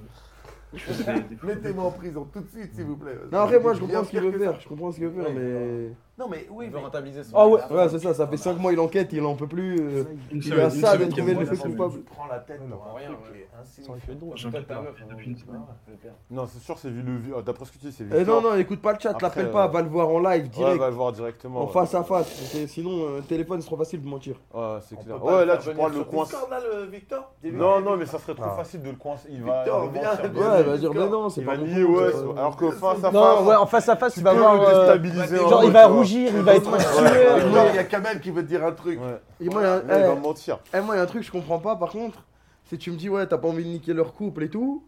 S9: je faisais des- des photos de
S7: Mettez-moi en prison tout de suite, s'il vous plaît.
S1: Non, après, moi,
S7: C'est
S1: je
S7: bien
S1: comprends ce qu'il
S7: pire
S1: veut
S7: que ça.
S1: faire. Je comprends ce qu'il veut faire, mais.
S7: Non, mais oui,
S2: Il veut
S7: mais
S2: rentabiliser son.
S4: Ah ouais,
S1: Ouais, c'est ça, ça fait 5 mois, il enquête, il en peut plus. euh,
S9: Une
S1: Il a
S9: une
S1: ça
S9: semaine
S1: de
S9: qu'il
S1: trouver
S9: y a
S1: le
S9: moi,
S1: fait
S9: ça me-
S1: coupable.
S7: Tu prends la tête
S2: non,
S7: pour
S2: rien,
S7: un truc
S2: ouais.
S7: qui est
S4: Sans
S7: insignifiant.
S4: effet de droit.
S9: J'en peux
S2: Peut-être ta
S9: pas,
S2: meuf,
S9: depuis
S2: hein,
S9: une
S2: tu
S9: semaine.
S2: vois, le père.
S3: Non, c'est sûr, c'est vu le. euh, D'après ce que tu dis, c'est
S1: Eh non,
S3: Victor.
S1: non, écoute pas le chat,
S3: Après,
S1: l'appelle
S3: euh,
S1: pas, va le voir en live
S3: Ouais,
S1: direct,
S3: va le voir directement.
S1: en
S3: ouais.
S1: face à face. C'est- Sinon, euh, téléphone, c'est trop facile de mentir.
S3: Ouais, c'est
S7: On
S3: clair.
S7: peut pas
S3: Ouais,
S7: le
S3: là,
S7: faire
S3: tu
S7: venir
S3: prends le
S7: sur
S3: coin.
S7: Discord, là, le Victor Dis-lui.
S3: Non, non, mais ça serait trop
S8: Ah.
S3: facile de le coincer. Il va.
S7: Victor,
S3: il va
S7: viens,
S3: mentir,
S7: viens.
S1: Ouais,
S3: bien
S1: il
S3: sûr.
S1: va dire, mais non, c'est
S3: Il
S1: pas
S3: va
S1: mon
S3: nier,
S1: compte,
S3: ouais.
S1: euh,
S3: c'est- Alors que face à face.
S4: Non, ouais, en face à face, il va
S3: peux
S4: voir.
S3: le
S4: euh,
S3: déstabiliser en
S4: Genre, il
S3: mode,
S4: va
S3: tu vois.
S4: rougir, il va être en
S3: Ouais,
S4: sueur.
S3: ouais,
S7: Non, il y a Kamel qui veut te dire un truc.
S3: Ouais.
S1: Et moi, il y a-
S3: Là, il va
S1: eh,
S3: mentir.
S1: Eh, moi, il y a un truc que je comprends pas, par contre, c'est que tu me dis, ouais, t'as pas envie de niquer leur couple et tout,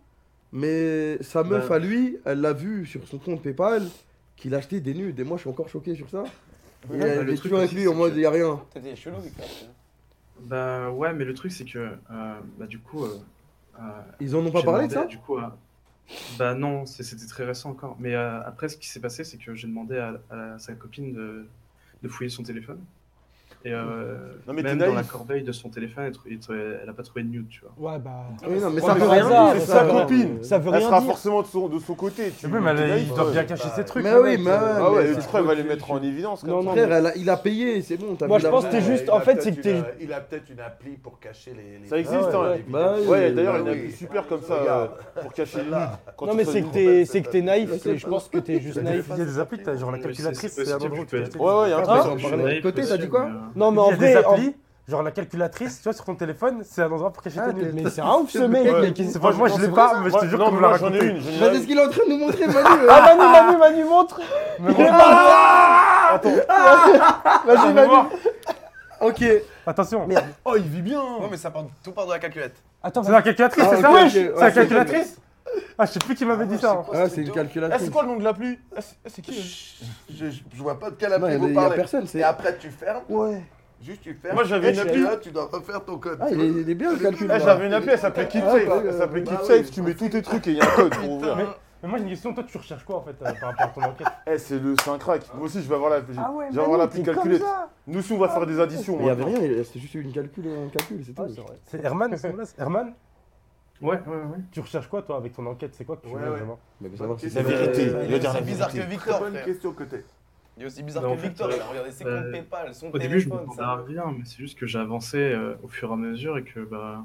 S1: mais sa meuf à lui, elle l'a vu sur son compte PayPal qu'il achetait des nudes, et moi, je suis encore choqué sur ça. Et
S9: bah,
S1: elle
S9: le
S1: est
S9: truc
S1: toujours avec
S9: aussi,
S1: lui, en
S9: c'est
S1: mode,
S9: que-
S1: y a rien.
S2: T'as dit, chelou, Victor. tu vois.
S9: Bah ouais, mais le truc c'est que euh, bah du coup, euh, euh,
S1: Ils en ont pas
S9: j'ai
S1: parlé de
S9: demandé,
S1: ça
S9: Du coup, à- bah non, c'est- c'était très récent encore. Mais euh, après, ce qui s'est passé, c'est que j'ai demandé à, à sa copine de, de fouiller son téléphone. Et euh,
S3: Non, mais t'es
S9: même dans la
S3: naïf.
S9: corbeille de son téléphone, elle trou- elle trou- elle a pas trouvé de nude, tu vois.
S4: Ouais, bah.
S1: Oui, non, mais
S3: Ouais,
S1: ça
S3: mais
S1: veut
S3: c'est
S1: rien
S3: bizarre,
S1: dire.
S3: c'est
S1: ça Euh,
S3: sa
S1: veut rien
S3: copine.
S1: dire.
S4: Ça veut
S3: Elle
S4: rien
S3: sera
S4: dire.
S3: forcément de son- de son côté. Tu
S8: Oui, mais
S3: t'es
S8: elle-
S3: naïf,
S8: il doit
S3: ouais.
S8: bien cacher ses trucs.
S1: Mais
S8: le
S1: oui,
S8: mec,
S1: mais
S8: euh.
S1: ouais,
S3: Ah ouais,
S1: mais
S3: et
S1: c'est
S3: tu crois qu'il
S1: trop
S3: va les
S1: cul-
S3: mettre en évidence comme
S1: Non, non,
S3: ça.
S1: frère, elle a- il a payé, c'est bon, t'as
S4: Moi,
S1: vu
S4: je
S1: la-
S4: pense que t'es
S7: Ouais,
S4: juste-
S7: il a
S4: en fait,
S7: peut-être
S4: c'est que
S7: une,
S4: t'es-
S7: euh, Il a peut-être une appli pour cacher les. les-
S3: Ça existe,
S7: Ah ouais,
S3: hein.
S7: les
S1: Bah
S7: vidéos.
S3: Ouais,
S1: oui,
S3: d'ailleurs,
S1: bah
S3: il y en a
S1: oui.
S3: plus super comme ça euh, pour cacher les nudes. Quand
S4: Non,
S3: tu
S4: mais
S3: fais
S4: c'est
S3: une
S4: que
S3: compète.
S4: t'es- c'est que t'es naïf.
S1: Ouais,
S4: et Je pense que t'es juste
S8: Il y a des-
S4: naïf.
S8: il y a des applis, t'as genre la
S9: Oui, c'est-
S8: calculatrice,
S9: c'est
S8: c'est un
S9: possible,
S8: endroit où
S9: tu
S8: tu
S9: peux
S8: peux
S9: être-
S3: Ouais, ouais, il y a un
S1: Ah,
S3: truc.
S1: mais
S3: ça.
S1: on
S9: Je suis
S1: parlait
S9: naïf
S1: de côté, t'as
S9: aussi,
S1: dit quoi
S9: mais, euh,
S4: Non, mais
S8: Il
S4: en
S8: y a des
S4: vrai. en-
S8: applis, genre la calculatrice, tu vois, sur ton téléphone, c'est un endroit pour cacher
S1: Ah,
S8: tes nudes.
S4: Mais c'est un ouf ce mec.
S1: Ouais.
S4: mais qu'est-ce-
S8: C'est pas- Moi, je l'ai pas, mais je te jure
S3: Non,
S8: qu'on
S3: mais
S8: me l'a
S3: moi, j'en ai
S8: raconté.
S3: une. j'en ai
S1: Bah,
S3: une.
S1: c'est ce qu'il est en train de nous montrer, Manu
S4: <laughs>
S1: hein.
S4: Ah, Manu, Manu, Manu, montre
S8: Mais moi-
S1: Vas-y, Manu Ok.
S8: Attention,
S3: Oh, il vit bien.
S2: Ouais, mais ça part tout part de la calculette.
S4: Attends,
S8: c'est la calculatrice,
S1: Ah,
S8: c'est
S1: ok,
S8: ça
S1: ok,
S8: wesh
S1: ouais,
S8: C'est la
S1: c'est-
S8: calculatrice Ah, je sais plus qui m'avait
S7: <laughs>
S8: dit ça. hein.
S1: Ah, c'est une
S3: Ah, c'est
S1: calculatrice.
S3: quoi le nom de l'appli Ah, c'est- ah, C'est qui euh
S7: Je, je- je vois pas de quelle
S1: Non,
S7: appli
S1: il
S7: vous
S1: y a
S7: parlez.
S1: personne, c'est.
S7: Et après, tu fermes.
S1: Ouais.
S7: Juste, tu fermes.
S3: Moi, j'avais
S7: Et
S3: une
S7: tu
S3: appli.
S7: es Là, tu dois refaire ton code.
S1: Ah, il est, il est bien le calcul.
S3: Ah,
S1: là.
S3: J'avais une appli, elle s'appelait
S1: Ah, bah,
S3: KeepSafe. Elle s'appelait
S7: bah,
S3: KeepSafe,
S7: oui.
S3: tu mets tous tes trucs et il y a un code pour
S8: Mais-
S3: ouvrir.
S8: Mais moi, j'ai une question. Toi, tu recherches quoi en fait euh, par rapport à ton enquête
S3: Eh, c'est le 5 crack. Moi aussi, je vais avoir l'appli.
S4: Ah ouais,
S3: Je vais avoir
S4: Manu,
S3: l'appli
S4: t'es comme
S3: calculette.
S4: ça.
S3: Nous aussi, on va faire des additions.
S1: Mais il y avait
S3: maintenant.
S1: rien, il- c'était juste une calcul, un calcul, Ah, c'est tout.
S8: Ah, C'est Herman, ce nom-là, c'est Herman
S1: euh,
S9: Ouais, ouais, ouais.
S8: Tu recherches quoi, toi, avec ton enquête C'est quoi que tu
S7: Ouais,
S8: veux
S7: ouais.
S8: vraiment
S1: Mais faut savoir si
S7: La
S1: c'est-
S3: vérité,
S1: euh,
S3: il va dire la
S2: C'est bizarre que
S3: vérité.
S7: Très
S2: Victor.
S7: bonne
S2: frère.
S7: question que t'es.
S2: Il est aussi bizarre
S9: Mais en
S2: que
S9: fait,
S2: Victor.
S9: euh,
S2: Il a regardé ses
S9: euh,
S2: comptes PayPal, son
S1: Eh,
S9: Au début, je me
S2: téléphone.
S9: demandais
S2: ça.
S9: à rien, mais c'est juste que j'avançais euh, au fur et à mesure et que bah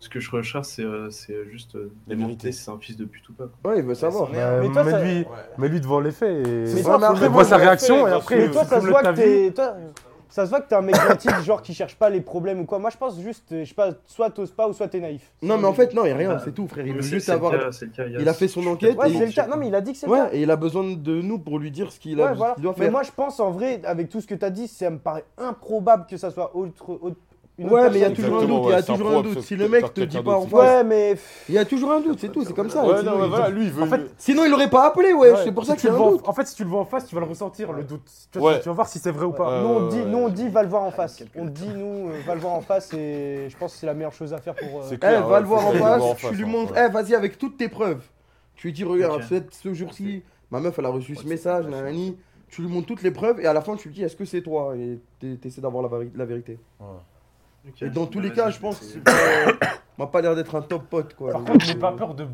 S9: ce que je recherche, c'est euh, c'est juste euh,
S3: La
S9: démontrer
S3: vérité.
S9: si c'est un fils de pute ou pas. quoi.
S1: Ouais, il veut savoir.
S2: Mais
S8: Mais,
S2: c'est
S8: euh,
S4: Mais toi,
S8: mets
S4: ça-
S8: lui, mets lui devant les faits et.
S1: C'est ça,
S8: Voilà,
S1: mais après,
S8: on
S1: moi,
S8: voit sa
S3: j'aurais
S8: réaction
S3: fait,
S8: et
S3: parce
S8: après.
S4: Mais toi,
S8: tu
S4: ça se
S8: combles
S4: voit
S8: ta
S4: que
S8: vie.
S4: t'es. toi, Ça se voit que t'es un mec gentil, du genre qui cherche pas les problèmes ou quoi. Moi, je pense juste, euh, je sais pas, soit t'oses pas ou soit t'es naïf.
S1: Non, mais en fait, non, il y a rien,
S9: Bah,
S1: c'est tout, frère.
S9: Mais
S1: Il veut
S9: c'est-
S1: juste
S9: c'est le
S1: savoir.
S9: cas, c'est le cas, y
S1: il a fait son
S9: je suis
S1: enquête
S4: Ouais,
S1: et
S9: complètement
S4: c'est le cas. Non, mais il a dit que c'est le cas.
S1: Ouais, et il a besoin de nous pour lui dire ce qu'il a,
S4: Ouais, voilà.
S1: ce qu'il doit
S4: Mais
S1: faire.
S4: moi, je pense en vrai, avec tout ce que t'as dit, ça me paraît improbable que ça soit autre, autre- une
S1: Ouais,
S4: autre
S1: mais il y a
S4: personne.
S1: toujours un
S3: Exactement,
S1: doute, il y
S3: ouais,
S1: a
S3: c'est un
S1: toujours un
S3: pro,
S1: doute.
S3: sauf
S1: Si
S3: que
S1: le mec
S3: t'as
S1: te dit
S3: quelqu'un
S1: pas en
S3: d'autre.
S1: face,
S4: Ouais, mais
S1: il y a toujours un doute, c'est tout, c'est comme ça.
S3: Ouais,
S1: sinon,
S3: non,
S1: il-
S3: ouais, voilà, lui, il veut.
S8: En fait,
S3: il veut-
S1: Sinon, il aurait pas appelé, ouais,
S4: Ouais,
S1: c'est pour
S8: si
S1: ça
S8: tu
S1: qu'il y a
S8: le
S1: un
S8: vois en-
S1: doute.
S8: En fait, si tu le vois en face, tu vas le ressentir, le doute. Tu, vois,
S3: Ouais.
S8: tu vas voir si c'est vrai ou pas.
S3: Ouais.
S4: nous on dit,
S3: ouais,
S4: nous on
S1: Euh,
S3: ouais.
S4: dit, va le voir en face. On dit, nous, euh, va le voir en face et je pense que c'est la meilleure chose à faire pour. euh,
S3: C'est
S1: Eh,
S3: clair,
S1: va
S3: ouais,
S1: le voir
S3: faut
S1: en
S3: le
S1: face, tu lui
S3: hein,
S1: montres,
S3: ouais.
S1: eh, vas-y, avec toutes tes preuves. Tu lui dis, regarde,
S9: Ok.
S1: cette- ce jour-ci, ma meuf, elle a reçu ce
S9: Ouais,
S1: message,
S9: c'est-
S1: nanani. Tu lui montres toutes les preuves et à la fin, tu lui dis, est-ce que c'est toi Et t'es- t'essaies d'avoir la, vari- la vérité.
S9: Ok.
S1: Et dans tous
S9: Bah,
S1: les
S9: vas-y,
S1: cas,
S9: vais
S1: je pense que
S9: essayer.
S1: c'est pas- m'a pas l'air d'être un top pote, quoi.
S8: Par contre, il n'ai pas peur de,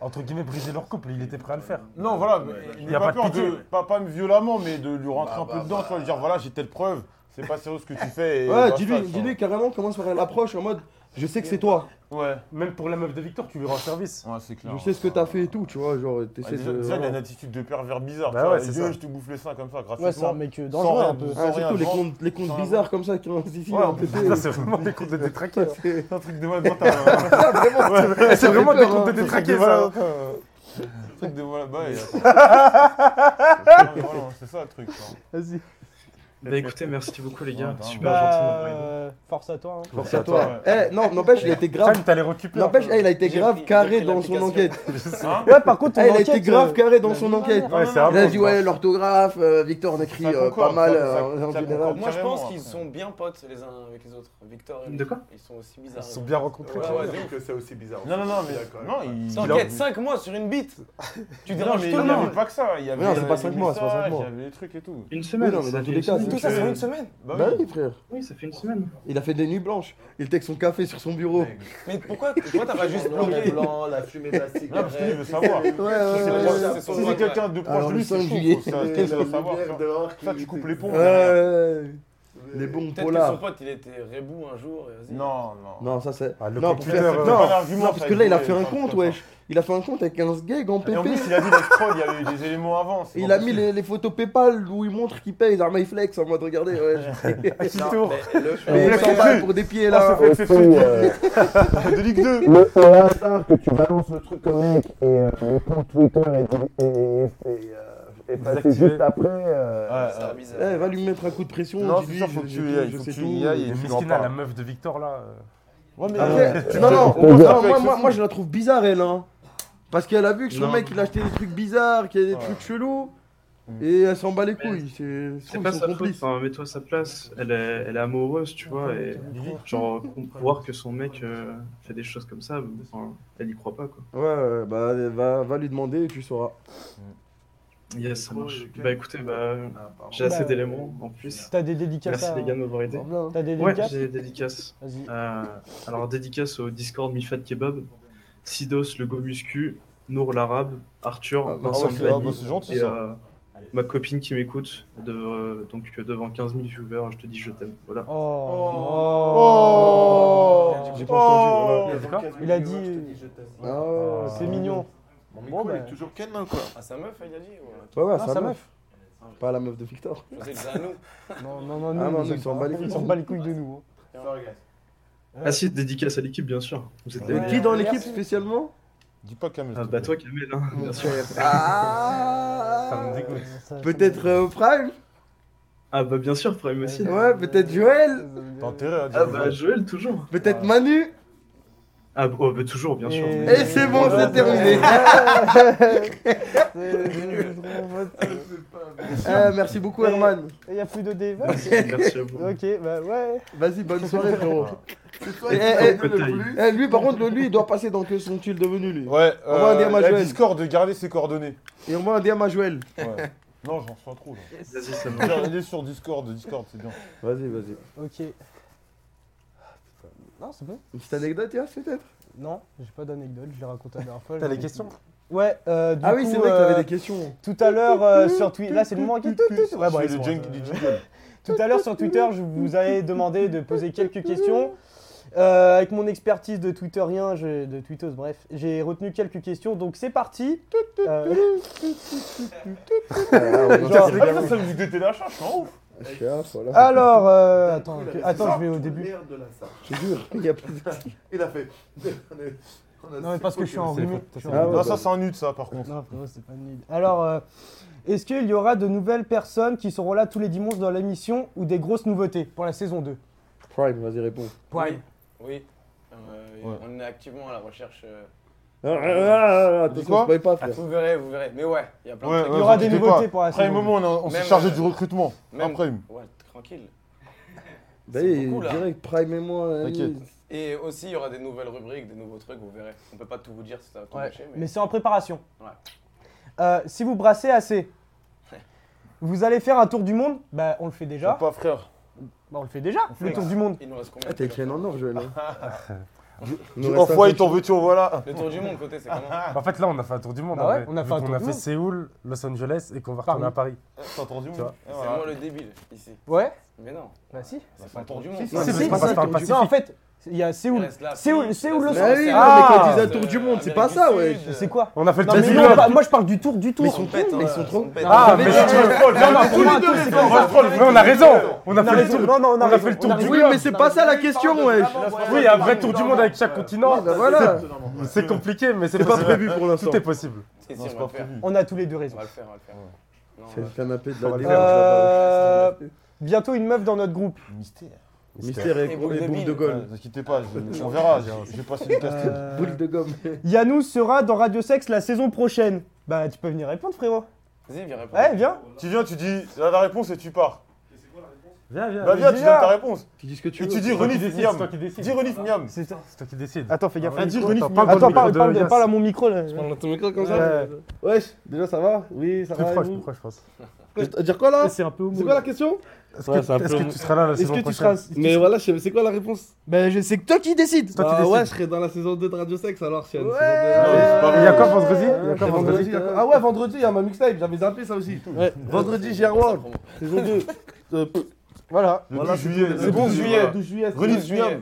S8: entre guillemets, briser leur couple. Il était prêt à le faire.
S3: Non, voilà,
S9: Ouais,
S3: mais
S9: ouais.
S3: il
S8: Y
S3: n'a
S8: a
S3: pas
S8: pas de
S3: peur
S8: pitié.
S3: de. Pas, pas violemment, mais de lui rentrer
S7: Bah,
S3: un peu
S7: bah,
S3: dedans, tu vois, lui dire voilà, j'ai telle preuve, c'est pas sérieux ce que tu fais. et
S1: Ouais,
S3: basta,
S1: dis-lui
S3: tu vois.
S1: dis-lui carrément comment se faire l'approche en mode, je sais que c'est toi,
S3: Ouais,
S8: Même pour la meuf de Victor, tu lui rends service.
S3: ouais, c'est clair.
S1: je sais ce que t'as fait et tout, tu vois, genre,
S3: Ouais,
S1: t'essaies
S3: Déjà,
S1: de...
S3: déjà, il a une attitude de pervers bizarre.
S8: Bah
S3: tu vois,
S8: ouais, c'est
S3: Dieu,
S8: ça.
S3: je te bouffe les seins comme ça,
S4: Ouais, c'est
S3: gratuitement.
S4: un mec
S3: Sans
S4: euh, dangereux
S3: rien
S4: un peu.
S3: de-
S1: Ah,
S3: sans rien
S1: surtout les
S3: de-
S1: comptes, les comptes
S3: sans rien
S1: bizarres comme ça qui ont ici,
S3: Ouais,
S1: là,
S3: en plus,
S1: pété.
S8: Ça, c'est vraiment des comptes de détraqués.
S1: C'est-
S8: C'est un truc de malade mental.
S1: vraiment,
S8: Ouais,
S1: ça
S8: C'est
S1: fait
S8: vraiment des
S1: peur,
S8: comptes de
S1: hein.
S8: détraqués, ça.
S3: Le truc de voilà, bah, et-
S1: <laughs>
S3: Ouais, voilà, c'est ça le truc. quoi.
S4: Vas-y.
S9: Bah écoutez, merci beaucoup les gars.
S3: Ouais,
S9: Super
S4: Bah,
S9: gentil. Marie.
S4: euh, force à toi. hein.
S1: Merci à toi. Eh, non, n'empêche, il a été grave.
S8: Sam, t'allais récupérer.
S1: N'empêche, eh, il a été
S2: J'ai
S1: grave
S2: pris-
S1: carré
S2: j'ai pris
S1: dans son
S2: l'application.
S1: enquête.
S3: Hein
S4: Ouais, par contre,
S1: Eh,
S4: on euh,
S1: il a été grave carré dans
S4: la
S1: son
S4: vie
S1: enquête.
S8: Ouais, c'est un
S1: Il a
S8: bon,
S1: dit,
S8: ça.
S1: ouais, l'orthographe, euh, Victor, on écrit
S3: Ça
S1: euh, pas
S3: concorde,
S1: mal
S3: ça-
S1: euh,
S3: ça-
S1: en
S3: ça
S1: général.
S3: concorde.
S2: Moi, je
S3: Carrément,
S2: pense qu'ils
S3: après.
S2: sont bien potes les uns avec les autres. Victor et
S9: De
S2: lui,
S9: quoi
S2: Ils sont aussi
S8: Ils
S2: bizarres.
S8: se sont bien rencontrés.
S2: Ouais,
S8: tu vois.
S2: ouais.
S7: que c'est aussi bizarre.
S3: Non, non, non, mais.
S7: D'accord.
S3: Non, il. il a-
S2: T'enquêtes 5 mois sur une bite Tu
S3: Non,
S2: déranges
S3: mais
S2: tout
S3: il
S2: le
S3: n'y avait
S2: monde
S3: pas que ça. Il y avait
S1: Non, c'est
S3: euh,
S1: pas
S3: les
S1: cinq mois, c'est pas cinq
S3: messages,
S1: mois.
S3: Il y avait les trucs et tout.
S9: Une semaine.
S1: Oui, non, mais
S9: ça
S1: dans tous
S9: fait
S1: les
S9: une
S1: cas,
S9: semaine.
S2: Tout
S1: c'est-
S2: ça sur une semaine
S1: Bah oui, frère.
S9: Oui, ça fait une semaine.
S1: Il a fait des nuits blanches. Il était avec son café sur son bureau.
S2: Mais pourquoi pourquoi
S3: <laughs>
S2: t'as pas juste
S7: blanc,
S2: bloqué
S7: blanc, la fumée de la
S3: Non, parce qu'il
S7: cigarette.
S3: veut savoir.
S1: Ouais, ouais,
S3: Si
S1: ouais,
S3: c'est-
S1: ouais.
S3: si c'est quelqu'un de proche
S1: Alors,
S3: de
S1: le
S3: lui, c'est
S1: 5
S3: chaud.
S1: juillet.
S3: faut- ça-
S1: Ouais.
S3: Il veut savoir. ça. Ça, tu coupes les ponts. derrière.
S1: Ouais. Les bons
S2: Peut-être que son
S1: polars.
S2: pote il était rebou un jour. et vas-y.
S3: Non, non.
S1: Non, ça c'est.
S8: Ah, le
S1: Non, pour
S8: computer.
S1: faire-
S8: euh,
S3: C'est pas
S1: non,
S3: un argument,
S1: non, parce
S3: ça,
S1: que là, il a
S3: joué,
S1: fait un
S3: ça,
S1: compte,
S3: ça.
S1: wesh. Il a fait un compte avec 15 gags en
S3: Et en
S1: pépé.
S3: plus, il a dit dans le scroll, il y avait eu des éléments avant. c'est
S1: Il
S3: pas
S1: a mis
S3: possible.
S1: les, les photos PayPal où il montre qu'il paye, genre MyFlex en mode regardez, ouais.
S3: <laughs> Ah,
S8: À qui
S2: Non,
S8: tourne
S2: mais le-
S1: Mais
S8: Ouais.
S1: 100 balles pour des pieds là.
S3: Au fond, euh, de Ligue 2.
S10: le, le hasard que tu balances le truc au mec et euh, le compte Twitter est, est, est, est, euh, est passé
S3: Désactivé.
S10: juste après. euh,
S2: C'était
S3: Ouais,
S2: bizarre.
S1: Eh, va lui mettre un coup de pression.
S3: Non,
S1: dis-lui,
S3: c'est sûr, faut que
S1: je-
S3: tu y
S1: je-
S3: ailles,
S1: je
S3: faut
S1: sais
S3: que tu
S1: tout.
S3: y ailles.
S8: Et
S3: Et tu l'en
S8: Miskina, la
S3: parles.
S8: meuf de Victor, là. euh,
S3: Ouais, mais.
S1: Après,
S3: euh, tu
S1: non,
S3: peux-
S1: non,
S3: on
S1: au
S3: peut
S1: contraire,
S3: faire
S1: moi,
S3: avec
S1: moi,
S3: ce
S1: moi,
S3: film.
S1: je la trouve bizarre elle, hein. Parce qu'elle a vu que son
S9: Non.
S1: mec il achetait des trucs bizarres, qu'il y a des
S3: Ouais.
S1: trucs chelous.
S3: Mm.
S1: Et elle s'en bat les couilles, c'est
S9: C'est
S1: son
S9: pas sa faute,
S1: complice.
S9: enfin, mets-toi à sa place. Elle est, elle est amoureuse, tu vois, et genre, <laughs> com- voir que son mec euh, fait des choses comme ça, enfin, elle n'y croit pas,
S1: Ouais,
S9: quoi.
S1: ouais, bah va, va lui demander et tu sauras.
S9: Yes, ça marche. Bah écoutez, bah,
S1: Ah,
S9: j'ai
S4: Bah,
S9: assez
S4: euh,
S9: d'éléments en plus.
S4: T'as des dédicaces
S9: Merci
S4: à-
S9: les gars de m'avoir aidé.
S1: hein.
S4: T'as des
S9: Ouais,
S4: dédicaces
S9: j'ai des dédicaces.
S4: Vas-y.
S9: Euh, alors, dédicace au Discord Mifat Kebab, Sidos le Go Muscu, Nour l'Arabe, Arthur,
S1: Ah, bah,
S9: Vincent
S3: ouais, c'est-
S9: Glani,
S3: ah, bah, c'est gentil,
S9: et
S3: ça.
S9: euh, ma copine qui m'écoute, de- euh, donc euh, devant 15 000 viewers, je te dis je t'aime. Voilà.
S4: Oh.
S3: Oh
S4: J'ai pas entendu.
S3: Oh
S4: Il a dit. euh,
S1: Ah ouais,
S4: C'est mignon.
S7: Mon
S4: micro, Bon, il est bah.
S7: toujours ken, quoi.
S2: À Ah, sa meuf, il a dit ou à
S1: Ouais, ouais,
S4: Non,
S1: sa
S4: sa
S1: meuf.
S4: Ah, meuf.
S1: Pas la meuf de Victor.
S2: Je sais que c'est à nous.
S4: Non, non, non,
S1: Ah Ah, non,
S4: nous,
S1: nous, ils s'en battent les couilles.
S4: Ils s'en battent les couilles de nous. hein.
S9: Ah si, dédicace à l'équipe, bien sûr. Vous êtes
S1: Et
S9: des
S1: Euh, qui dans l'équipe
S4: merci.
S1: spécialement
S3: Dis pas Camille.
S9: Ah, bah toi Kamel, hein, bien sûr.
S8: Ça me
S1: Ah
S8: dégoûte.
S4: hein. Ça-
S1: Peut-être euh, Prime
S9: Ah bah bien sûr, Prime aussi.
S1: Ouais, peut-être Joël
S3: T'as intérêt à dire.
S9: Ah bah Joël, toujours.
S1: Peut-être Manu
S9: Ah bah, oh, bah, toujours, bien sûr.
S4: Et-
S1: Et c'est bon, c'est
S4: <laughs>
S1: terminé
S4: Ah.
S1: Eh, Merci beaucoup,
S4: Et-
S1: Herman.
S4: Il y a plus de débat.
S9: Merci, merci à vous.
S4: Ok, bah ouais.
S1: Vas-y,
S4: <laughs>
S1: bonne soirée, frérot.
S4: Ah.
S7: Toi,
S1: Eh,
S7: il
S1: eh,
S7: est
S1: eh,
S7: le
S9: Bataille.
S7: plus.
S1: Eh, lui, par contre, lui, il doit passer dans que sont-ils devenus, lui.
S3: Ouais,
S1: On va dire
S3: euh,
S1: à
S3: la
S1: Joël.
S3: Discord de garder ses coordonnées.
S1: Et on va un DM à Joël.
S3: Ouais. Non, j'en reçois trop là.
S9: Vas-y, ça marche.
S3: Tiens, Il est sur Discord, Discord c'est bien.
S1: Vas-y, vas-y.
S4: Ok. Ah, Non, c'est bon.
S1: Une petite anecdote, Yas, peut-être
S4: Non, j'ai pas d'anecdote, je l'ai raconté la dernière fois.
S8: T'as
S4: je-
S8: les questions
S4: Ouais, euh, du
S1: Ah oui,
S4: coup,
S1: c'est vrai que t'avais
S4: euh,
S1: des
S4: <laughs>
S1: questions.
S4: Tout à l'heure euh, sur Twitter, là c'est le moment qui. Ouais,
S3: C'est
S4: bon, allez, c'est
S3: le
S4: bon,
S3: junk
S4: euh,
S3: des jingles.
S4: Tout à l'heure sur Twitter, je vous avais demandé de poser quelques questions. Euh, avec mon expertise de twitterien, je- de twitteuse, bref, j'ai retenu quelques questions. Donc c'est parti. Euh, Ah,
S3: Putain, C'est pas ah, ça, ça vous détez la charge, non ouf.
S1: Ah,
S4: alors, euh, attends,
S7: Il a
S4: que-
S7: fait
S4: attends,
S7: ça,
S4: je vais au début.
S7: l'air de la salle.
S1: je te jure, il y a pas de-
S7: Il a fait. <laughs> On est- on a-
S4: Non mais parce que je suis enrhumé. Je suis
S1: Ah ouais,
S4: enrhumé.
S3: Non, ça c'est un nude ça par contre.
S4: Non, frérot, c'est pas nul. Alors, euh, est-ce qu'il y aura de nouvelles personnes qui seront là tous les dimanches dans l'émission ou des grosses nouveautés pour la saison 2
S1: Prime, vas-y, réponds.
S4: Prime.
S2: Oui. Euh,
S1: Ouais.
S2: On est activement à la recherche. euh,
S1: Ah, ah, ah, ah,
S3: Dis
S1: attention,
S3: quoi
S1: spoil pas, frère.
S2: Vous verrez, vous verrez. Mais ouais, il y a plein
S3: Ouais,
S2: de trucs.
S3: ouais, vous inquiétez pas.
S4: Ah,
S3: Prime moment, on, a- on s'est
S2: Même,
S3: chargé
S2: euh,
S3: du recrutement.
S2: Même,
S3: Après, il-
S2: Ouais, tranquille.
S1: Bah,
S2: C'est
S1: il-
S2: beaucoup, là.
S1: direct, Prime et moi. la
S3: T'inquiète.
S1: nuit.
S2: Et aussi, il y aura des nouvelles rubriques, des nouveaux trucs, vous verrez. On peut pas tout vous dire, ça va tout
S4: Ouais,
S2: gâcher,
S4: mais c'est en préparation.
S2: Ouais.
S4: Euh, si vous brassez assez,
S2: Ouais.
S4: vous allez faire un tour du monde Bah, on le fait déjà.
S3: Pas frère.
S4: Bah, on le fait déjà, le
S2: fait.
S4: tour du monde.
S2: Il nous reste combien
S1: Ah, t'es écrit en or, <laughs> Joël. hein. Nous reste un
S3: Enfoiré,
S1: seul-
S3: t'en veux, tu en voilà.
S2: Le tour du monde, côté, c'est comment
S8: En fait, là, on a fait un tour du monde.
S4: Bah
S8: en
S4: ouais,
S8: vrai,
S4: on a
S8: vu
S4: fait un
S8: qu'on
S4: tour du monde.
S8: Séoul, Los Angeles et qu'on va retourner à Paris.
S3: Ah, T'as entendu
S8: Tu vois.
S3: Et
S2: C'est
S3: voilà.
S2: moi le débile, ici.
S4: Ouais
S2: Mais non,
S4: Bah si.
S2: c'est pas le tour du monde.
S1: Si, si,
S2: ça.
S1: si,
S8: c'est
S1: si,
S8: parce qu'on passe
S1: si,
S8: par le
S4: Non, en
S8: Pacifique.
S4: fait, il y a
S2: Il
S4: Séoul.
S2: reste la
S4: Séoul,
S2: Afrique,
S4: Séoul,
S2: il
S4: Los
S2: reste
S1: Bah oui,
S4: Angeles.
S1: non, mais
S4: Ah
S1: quand ils disent un tour
S2: euh,
S1: du monde, c'est
S2: Amérique
S1: pas
S2: du
S1: ça,
S2: Sud,
S1: ouais.
S2: euh,
S4: C'est quoi
S8: On a fait le
S4: Non,
S8: tour
S4: mais
S8: du
S4: non,
S8: monde.
S4: pas- moi je parle du tour, du tour.
S1: Mais ils sont
S2: pète,
S1: trop,
S2: hein,
S1: mais ils sont
S2: ils
S1: trop.
S2: sont bêtes.
S8: Ah,
S1: Ah,
S8: mais
S1: mais-
S8: tu me trolls,
S4: Non,
S8: viens,
S4: non,
S8: viens,
S4: pour moi, un tour, c'est comme
S8: on va
S4: ça.
S8: se troll. Mais on a raison. On a
S4: On a
S8: fait le
S4: raison.
S8: tour.
S4: Non, non, on a
S8: On a
S4: raison,
S8: fait le tour
S4: on a
S8: du
S4: raison.
S1: hein. Oui, mais c'est pas ça la question, wesh.
S8: Oui, il y a un vrai tour du monde avec chaque continent.
S1: Ouais, bah voilà.
S8: C'est compliqué, mais c'est
S1: C'est pas
S8: possible.
S1: prévu pour l'instant.
S8: Tout est possible.
S2: Si, si,
S3: Non,
S2: on
S3: c'est
S2: va
S3: pas
S2: le faire.
S3: prévu.
S4: On a tous les deux
S2: On
S4: raison.
S2: va le faire, on va le faire. Non,
S1: C'est
S2: on
S1: le
S2: va-
S1: canapé de la
S3: Euh,
S1: défense là-bas.
S4: Euh, Bientôt une meuf dans notre groupe.
S3: Mystère.
S1: Mystère et
S2: Et boule
S1: et
S2: de
S1: boule de
S2: bille.
S3: Ouais,
S1: gold.
S3: Ne vous inquiétez pas, je- on verra. j'ai- J'ai passé du casting.
S4: Euh,
S1: Boule de gomme.
S4: Yannou sera dans Radio Sex la saison prochaine. Bah, tu peux venir répondre, frérot.
S2: Vas-y, viens répondre.
S4: Ouais, viens.
S3: Tu viens, tu dis la la réponse et tu pars.
S8: Viens, viens.
S3: Bah viens, tu donnes
S4: viens.
S3: ta réponse.
S1: <laughs> Tu dis ce que tu
S3: Et
S1: veux.
S3: tu dis
S8: C'est toi qui
S3: Renif
S8: décides,
S3: Miam.
S8: c'est toi qui décides.
S3: Dis Renif Miam.
S4: C'est ça.
S8: C'est toi qui décides.
S4: Attends, fais gaffe.
S3: Ah, dis Renif
S8: attends,
S3: Miam.
S8: parle dans
S4: Attends,
S8: le
S4: parle,
S8: micro
S4: parle-
S8: de Yass.
S4: parle à mon micro là.
S2: Prends ton micro comme ça.
S4: Ouais.
S1: Wesh, déjà ça va Oui, ça
S8: Plus
S1: va. et
S8: proche,
S1: vous
S8: plus proche, je pense.
S1: Quoi, je dois Dire quoi là
S4: C'est un peu
S1: C'est quoi la question
S8: Est-ce
S1: Ouais, c'est un
S8: que, est-ce
S1: peu-
S8: que tu seras là la
S1: Est-ce
S8: saison
S1: que tu
S8: prochaine
S1: seras. Mais voilà, je sais- c'est quoi la réponse
S4: Bah, je- c'est que toi qui décides.
S8: Toi, tu
S1: Bah ouais, je
S8: décides.
S1: serais dans la saison 2 de Radio Sex alors, si
S8: Il y a quoi vendredi Il y
S1: C'est
S8: a quoi
S1: vendredi,
S8: vendredi
S1: il y a quoi Ah ouais, vendredi, il y a ma mixtape, j'avais zappé ça aussi. Vendredi, GR1, saison 2. Euh, pff, voilà.
S3: Le
S1: Voilà,
S3: 12 juillet.
S1: c'est
S3: le
S1: bon,
S3: 12 juillet.
S1: 12 juillet, c'est
S3: Renif
S1: bon.
S3: Miam.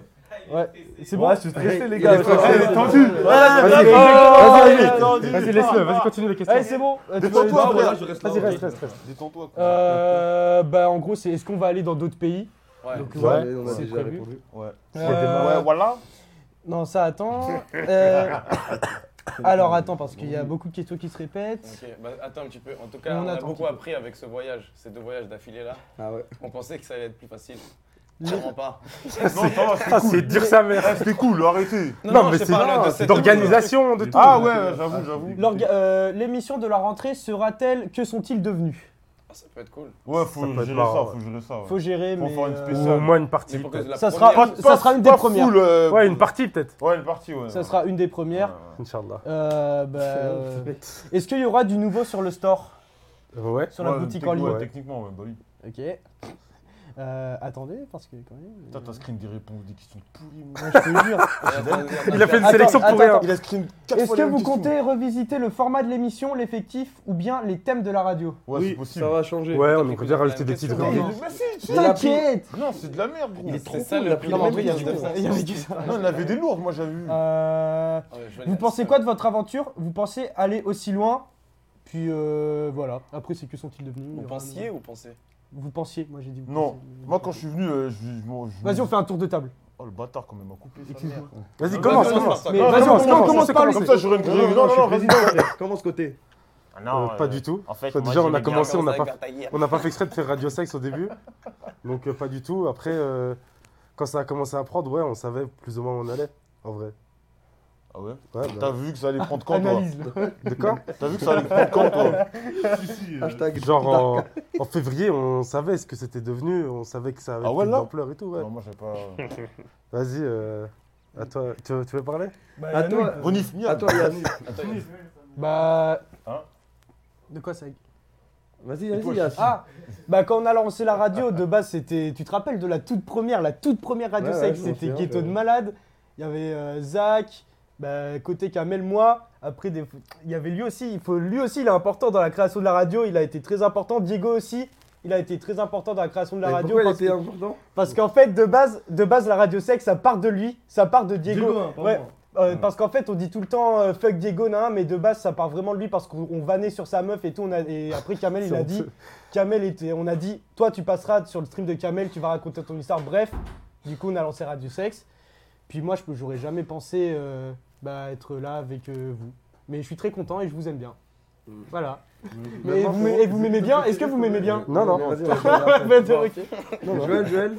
S4: C'est bon.
S1: je suis stressé, les
S3: gars.
S1: Elle est tendue.
S3: Voilà,
S8: Vas-y,
S3: vas-y,
S8: vas-y,
S3: vas-y,
S8: vas-y,
S3: vas-y.
S8: Vas-y, laisse-le,
S1: Ah,
S8: vas-y, continue les questions.
S4: Allez, c'est bon. Euh, tu peux-
S3: Détends-toi,
S4: Bah,
S3: frère.
S8: Vas-y, reste, reste, reste.
S3: Détends-toi. quoi.
S4: Euh, bah, en gros, c'est est-ce qu'on va aller dans d'autres pays
S2: Ouais.
S4: Donc,
S1: Ouais,
S4: ouais.
S1: on a
S4: c'est
S1: déjà
S4: prévu.
S1: répondu.
S4: Euh,
S3: Ouais, voilà.
S4: Non, ça
S1: <laughs>
S4: attend. Euh, <coughs> Alors attends, parce qu'il y a beaucoup de questions qui se répètent.
S2: Ok, bah attends un petit peu. En tout cas,
S4: On
S2: on, a
S4: attend un
S2: beaucoup
S4: petit peu.
S2: appris avec ce voyage, ces deux voyages d'affilée là.
S1: Ah ouais.
S2: On pensait que ça allait être plus facile. Clairement pas.
S3: Non, ça va,
S8: Ah, c'est dur sa mère.
S3: c'était cool, arrêtez.
S8: Non, mais
S2: je sais
S8: c'est
S2: pas, là, de
S8: non,
S2: cette-
S8: d'organisation, de tout.
S3: Ah ouais, ouais, j'avoue, j'avoue.
S4: L'orga- euh, L'émission de la rentrée sera-t-elle Que sont-ils devenus
S2: Ah, ça peut être cool.
S3: Ouais,
S8: Ça
S3: faut
S8: peut être
S3: gérer ça,
S8: marrant,
S3: faut gérer ça. ouais.
S4: Faut gérer,
S3: Faut
S4: mais.
S3: faire une
S4: euh,
S8: Ou
S3: spéciale.
S8: au moins une
S2: Mais
S8: partie.
S2: pour que
S8: peut-être.
S2: la
S4: Ça
S2: première-
S4: sera, ça sera une des
S3: Pas
S4: premières.
S3: full, euh,
S8: Ouais, une partie peut-être.
S3: Ouais, une partie, ouais.
S4: Ça sera une des premières.
S8: Inch'Allah.
S4: Euh, bah, euh, Est-ce qu'il y aura du nouveau sur le store
S1: Euh,
S8: Ouais.
S4: Sur la
S3: Ouais,
S4: boutique
S3: techniquement,
S4: en ligne
S3: ouais, Techniquement, ouais, bah oui.
S4: Ok. Euh, attendez, parce que quand même. euh,
S3: Putain, t'as screen des réponses, des questions pourries. moi.
S4: Moi, je te jure.
S3: <laughs>
S4: <laughs>
S8: Il a fait une
S4: Attends,
S8: sélection
S4: attends,
S8: pour rien.
S4: attends.
S3: Il a screen 4
S4: Est-ce que vous comptez revisiter le format de l'émission, l'effectif ou bien les thèmes de la radio
S3: Ouais, c'est
S1: Oui,
S3: possible.
S1: ça va changer.
S8: Ouais,
S2: Attends,
S8: on peut bien
S2: faut
S8: rajouter des
S2: faire
S8: titres. hein.
S2: une question.
S8: dedans.
S3: Mais si, tu-
S4: T'inquiète
S3: Non, c'est de la merde, gros.
S1: Il est
S2: C'est
S1: trop
S2: ça,
S1: cool,
S2: le
S1: il a pris
S2: plus
S1: la
S2: grand
S1: même
S2: prix, il y a
S1: question.
S2: des-
S4: Il y avait que ça.
S3: Non, il en avait des lourdes, moi j'avais vu.
S4: Euh,
S2: Ouais, je vais
S4: Vous
S2: le-
S4: pensez quoi de votre aventure Vous pensez aller aussi loin Puis euh, voilà. Après, c'est que sont-ils devenus Il y
S2: Vous
S4: aura
S2: pensiez
S4: un-
S2: ou pensez
S4: Vous pensiez Moi, j'ai dit vous
S3: Non,
S4: pensiez.
S3: moi quand je suis venu, euh, je- je- bon, je-
S4: Vas-y, on fait un tour de table.
S3: Oh le bâtard quand même, m'a coupé sa mère.
S1: Excuse-moi.
S8: Vas-y,
S2: Non,
S8: commence,
S2: non, non,
S8: commence.
S2: non,
S4: Mais
S2: non,
S4: vas-y, on,
S8: non,
S4: commence,
S8: commence,
S4: commence
S8: c'est
S4: par lui.
S8: commencé.
S3: Comme ça j'aurais une
S1: Non,
S3: grille. Non, non, non, vas-y.
S1: Comment ce côté
S8: Euh, pas du tout.
S3: En fait,
S8: Enfin, déjà, on a commencé, on n'a pas,
S2: Taillère.
S8: on n'a pas fait exprès de faire Radio Sex au début. Donc, euh, pas du tout. Après, euh, quand ça a commencé à prendre, ouais, on savait plus ou moins où on allait, en vrai.
S3: Ah ouais
S8: Ouais, bah,
S3: T'as vu que ça allait prendre quand toi
S4: Analyse. là.
S8: de quoi
S3: T'as vu que ça allait prendre quand
S4: <laughs>
S3: toi
S1: Hashtag.
S8: Genre, en, en février, on savait ce que c'était devenu, on savait que ça avait
S3: Ah ouais,
S8: pris de
S3: là
S8: l'ampleur et tout, ouais.
S3: Non, moi j'ai pas.
S8: Vas-y, euh, à toi, tu, veux- tu veux parler
S1: À toi,
S3: Renif Miam.
S1: à toi, Yann.
S2: Attends,
S4: Bah.
S3: Hein
S4: de quoi ça
S1: Vas-y, vas-y,
S3: toi,
S1: Yass.
S4: Ah Bah, quand on a lancé la radio, de base, c'était. Tu te rappelles de la toute première, la toute première radio
S1: Ouais, ouais,
S4: sexe
S1: je m'en
S4: C'était
S1: souviens,
S4: Ghetto de
S1: j'avais-
S4: Malade. Il y avait euh, Zach. Bah, côté Kamel, moi. Après, des... il y avait lui aussi. Il faut... Lui aussi, il est important dans la création de la radio. Il a été très important. Diego aussi. Il a été très important dans la création de la
S1: Mais
S4: radio.
S1: pourquoi il
S4: parce
S1: était
S4: que-
S1: important
S4: Parce qu'en fait, de base, de base, la radio sexe, ça part de lui, ça part de Diego.
S5: Diego, hein, pas
S4: ouais.
S5: moi.
S4: Euh, Parce qu'en fait, on dit tout le temps euh, fuck Diego, nan, mais de base, ça part vraiment de lui parce qu'on on vannait sur sa meuf et tout. On a, et après, Kamel, il a dit, Kamel était, on a dit, toi, tu passeras sur le stream de Kamel, tu vas raconter ton histoire. Bref, du coup, on a lancé Radio Sexe. Puis moi, je peux- j'aurais jamais pensé euh, bah, être là avec euh, vous. Mais je suis très content et je vous aime bien. Voilà. Mais <laughs> vous m'aimez- et vous m'aimez bien Est-ce que vous m'aimez bien
S8: Non, non.
S1: Vas-y,
S4: <laughs> Ouais,
S1: vas-y,
S4: bah, ok.
S1: vas-y. Joël, Joël.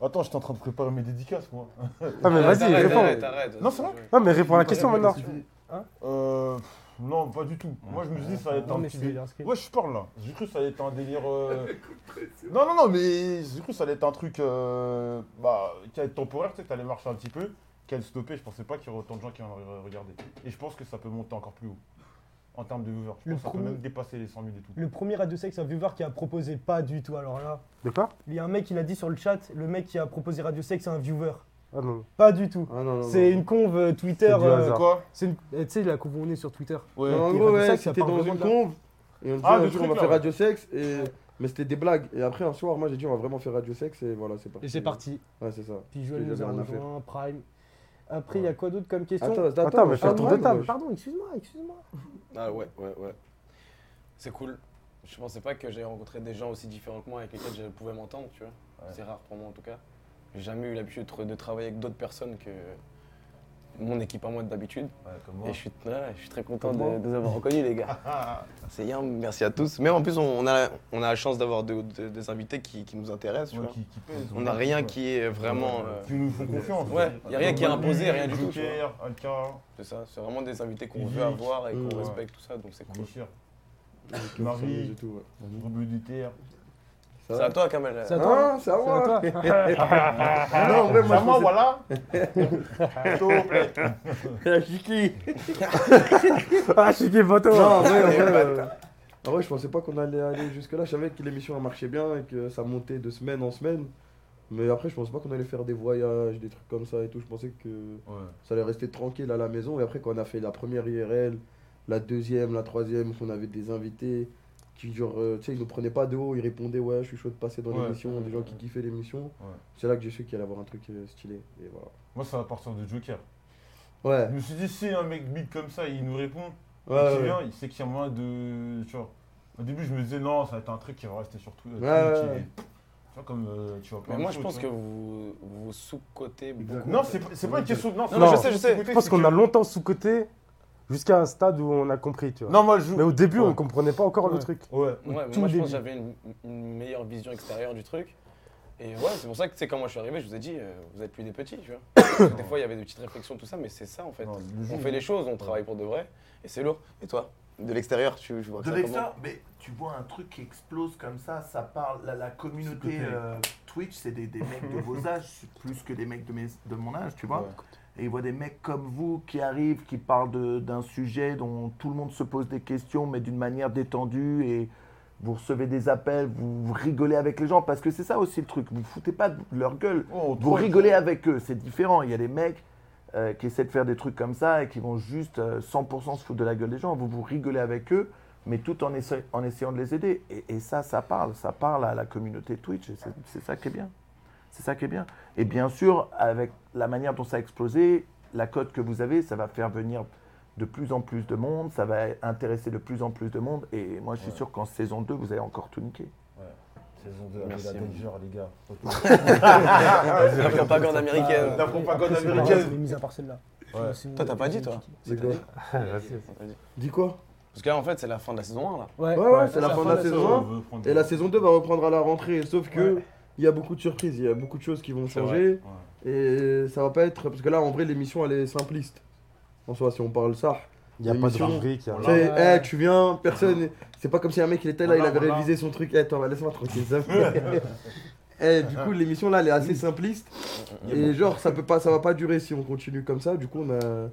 S3: Attends, j'étais en train de préparer mes dédicaces, moi.
S8: Ah, mais vas-y, réponds.
S3: Non, c'est vrai
S8: Ah, mais réponds à la question maintenant.
S3: Hein Euh, non, pas du tout. Moi, je me suis dit, ça allait être
S4: Non,
S3: un
S4: mais
S3: petit
S4: c'est
S3: délire.
S4: inscrit.
S3: Ouais, je parle là. J'ai cru que ça allait être un délire. euh, Non, non, non, mais j'ai cru que ça allait être un truc euh, bah, qui allait être temporaire, tu sais, que t'allais marcher un petit peu, qui allait stopper. Je pensais pas qu'il y aurait autant de gens qui en auraient regardé. Et je pense que ça peut monter encore plus haut. En termes de viewers. Je
S4: Le
S3: pense que ça peut
S4: premier-
S3: même dépasser les 100 000 et tout.
S4: Le premier Radio Sex, un viewer qui a proposé pas du tout, alors là.
S8: De quoi
S4: Il y a un mec, il a dit sur le chat, le mec qui a proposé Radio Sex, c'est un viewer.
S8: Ah non.
S4: Pas du tout.
S1: Ah, non, non,
S4: C'est
S1: non.
S4: une conve euh, Twitter.
S8: C'est du hasard.
S3: Quoi
S4: c'est une- eh, Tu sais, la conve où on est sur Twitter.
S3: Ouais.
S1: Non, en
S4: Et
S1: gros,
S4: Radio
S1: ouais,
S4: Sex, ça
S1: c'était
S4: part
S1: dans
S4: vraiment
S1: une
S4: de là.
S1: conf. Et on disait,
S3: Ah,
S1: un
S3: le
S1: jour,
S3: truc,
S1: on va
S3: là,
S1: faire
S3: ouais.
S1: Radio Sex. Et... Mais c'était des blagues. Et après, un soir, moi, j'ai dit, on va vraiment faire Radio Sex. Et voilà, c'est parti.
S4: Et c'est parti.
S1: Ouais, c'est ça.
S4: Puis Joël
S1: Ils
S4: nous a
S1: avaient rien à
S4: rejoint, Prime. Après, il y a quoi d'autre comme question Ah,
S1: Attends, attends, ah
S8: Attends, on va
S1: je
S8: faire
S1: suis
S8: tour
S1: en
S8: de
S1: mode,
S8: table.
S1: wesh.
S4: Pardon, excuse-moi, excuse-moi.
S2: Ah ouais, ouais, ouais. C'est cool. Je pensais pas que j'allais rencontrer des gens aussi différents que moi avec lesquels je pouvais m'entendre, tu vois.
S3: Ouais.
S2: C'est rare pour moi en tout cas. J'ai jamais eu l'habitude de tra- de travailler avec d'autres personnes que mon équipe à moi d'habitude.
S3: Ouais, comme moi.
S2: Et je suis, ouais, je suis très content
S1: Comme moi.
S2: de, de vous avoir reconnus les
S3: Ah,
S2: gars. C'est Yam, merci à tous. Même en plus on on a, on a la chance d'avoir de- de- des invités qui, qui nous intéressent, tu
S3: Ouais,
S2: vois.
S3: qui, qui pèse,
S2: On n'a
S3: ouais.
S2: rien qui est vraiment... euh,
S3: Tu nous font confiance.
S2: Ouais, y a rien qui est imposé, rien du tout, tu
S3: Joker, Alcara,
S2: euh, C'est ça, c'est vraiment des invités qu'on veut
S3: Musique.
S2: avoir et qu'on
S3: Mmh.
S2: respecte tout ça, donc c'est cool.
S3: Bichir,
S1: Avec
S3: Marie.
S1: le fameux et tout, ouais.
S3: WDTR.
S1: Ça
S2: C'est
S1: va
S2: à toi Kamel.
S4: C'est à toi.
S1: Hein, c'est à
S4: C'est à
S1: moi.
S4: toi.
S1: non, en vrai, moi,
S3: Ça,
S1: je pensais-
S3: moi, voilà. S'il te plaît.
S1: <laughs> La
S4: <laughs>
S1: chiqui.
S8: Ah, je suis qui, poteau
S1: Non, en vrai, en vrai, euh, en vrai, je pensais pas qu'on allait aller jusque-là. Je savais que l'émission elle marchait bien et que ça montait de semaine en semaine. Mais après, je pensais pas qu'on allait faire des voyages, des trucs comme ça et tout. Je pensais que ça allait rester tranquille à la maison. Et après, quand on a fait la première IRL, la deuxième, la troisième, qu'on avait des invités qui, genre, euh, tu sais, ils nous prenaient pas de haut, ils répondaient, ouais, je suis chaud de passer dans
S3: Ouais.
S1: l'émission, des gens qui kiffaient l'émission.
S3: Ouais.
S1: C'est là que j'ai su qu'il allait avoir un truc euh, stylé. Et voilà.
S3: Moi, ça va partir de Joker.
S1: Ouais,
S3: Je me suis dit, si un mec big comme ça, il nous répond,
S1: ouais,
S3: il
S1: ouais.
S3: vient, il sait qu'il y a moyen de. Tu vois. Au début, je me disais, non, ça va être un truc qui va rester sur Twitch.
S1: Ouais,
S3: euh,
S1: ouais.
S3: qui- Tu vois, comme. euh, tu vois, plein
S2: Mais
S3: de
S2: moi, je
S3: choses,
S2: pense
S3: tu
S2: que
S3: vois.
S2: vous vous sous-cotez beaucoup.
S3: Non, c'est pas- c'est pas une question de. Non, c'est
S2: non,
S3: pas-
S2: je sais, je sais.
S8: Je pense
S3: c'est
S8: qu'on
S3: que-
S8: a longtemps sous-côté jusqu'à un stade où on a compris, tu vois.
S3: Non, moi, je joue.
S8: Mais au début,
S3: Ouais.
S8: on comprenait pas encore le
S4: Ouais.
S8: truc.
S3: Ouais.
S2: Ouais, mais
S8: tout
S2: moi, je pense
S8: début.
S2: que j'avais une, une meilleure vision extérieure du truc. Et ouais, c'est pour ça que, tu sais, quand moi je suis arrivé, je vous ai dit, euh, vous êtes plus des petits, tu vois. Parce que des fois, il y avait des petites réflexions, tout ça, mais c'est ça, en fait.
S3: Non, le jeu,
S2: on fait les choses, on travaille pour de vrai, et c'est lourd. Et toi, de l'extérieur, tu je vois
S7: De
S2: ça
S7: l'extérieur, mais tu vois un truc qui explose comme ça, ça parle. La, la communauté euh, Twitch, c'est des, des mecs de vos âges, plus que des mecs de, mes- de mon âge, tu vois.
S3: Ouais.
S7: Et ils voient des mecs comme vous qui arrivent, qui parlent de- d'un sujet dont tout le monde se pose des questions, mais d'une manière détendue. Et vous recevez des appels, vous, vous rigolez avec les gens, parce que c'est ça aussi le truc. Vous foutez pas de leur gueule.
S3: Oh,
S7: Vous
S3: toi,
S7: rigolez avec eux, c'est différent. Il y a des mecs euh, qui essaient de faire des trucs comme ça et qui vont juste euh, 100% se foutre de la gueule des gens. Vous vous rigolez avec eux, mais tout en, essa- en essayant de les aider. Et, et ça, ça parle. Ça parle à la communauté Twitch. et c'est- C'est ça qui est bien. C'est ça qui est bien. Et bien sûr, avec la manière dont ça a explosé, la cote que vous avez, ça va faire venir de plus en plus de monde, ça va intéresser de plus en plus de monde. Et moi, je suis
S3: Ouais.
S7: sûr qu'en saison 2, vous allez encore tout niquer.
S3: Saison 2 avec
S2: Merci,
S3: la
S2: hein.
S3: Danger, les gars.
S2: La propagande américaine.
S3: La propagande
S4: Après, c'est pas grave, je l'ai
S3: américaine.
S4: mise à part celle-là.
S3: Ouais.
S4: Sinon,
S2: Toi, t'as pas dit, toi
S1: C'est quoi
S3: Ah,
S1: Dis quoi
S2: Parce que là, en fait, c'est la fin de la saison 1, là.
S4: Ouais,
S1: Ouais, ouais, c'est la fin de la saison.
S3: On veut prendre
S1: Et la
S3: des-
S1: saison 2 va reprendre à la rentrée, sauf que il y a beaucoup de surprises, il y a beaucoup de choses qui vont changer. Et ça va pas être. Parce que là, en vrai, l'émission elle est simpliste. En soi, si on parle ça.
S8: Il n'y a pas de
S1: L'émission.
S8: rubrique. il y a-
S1: Tu sais, eh, tu viens, personne. C'est pas comme si un mec il était là, il
S3: Voilà,
S1: avait
S3: voilà.
S1: révisé son truc. Eh, attends, bah, laisse-moi tranquille, ça <laughs> Eh, du coup, l'émission là elle est assez simpliste. Et genre, ça, peut pas, ça va pas durer si on continue comme ça. Du coup, on a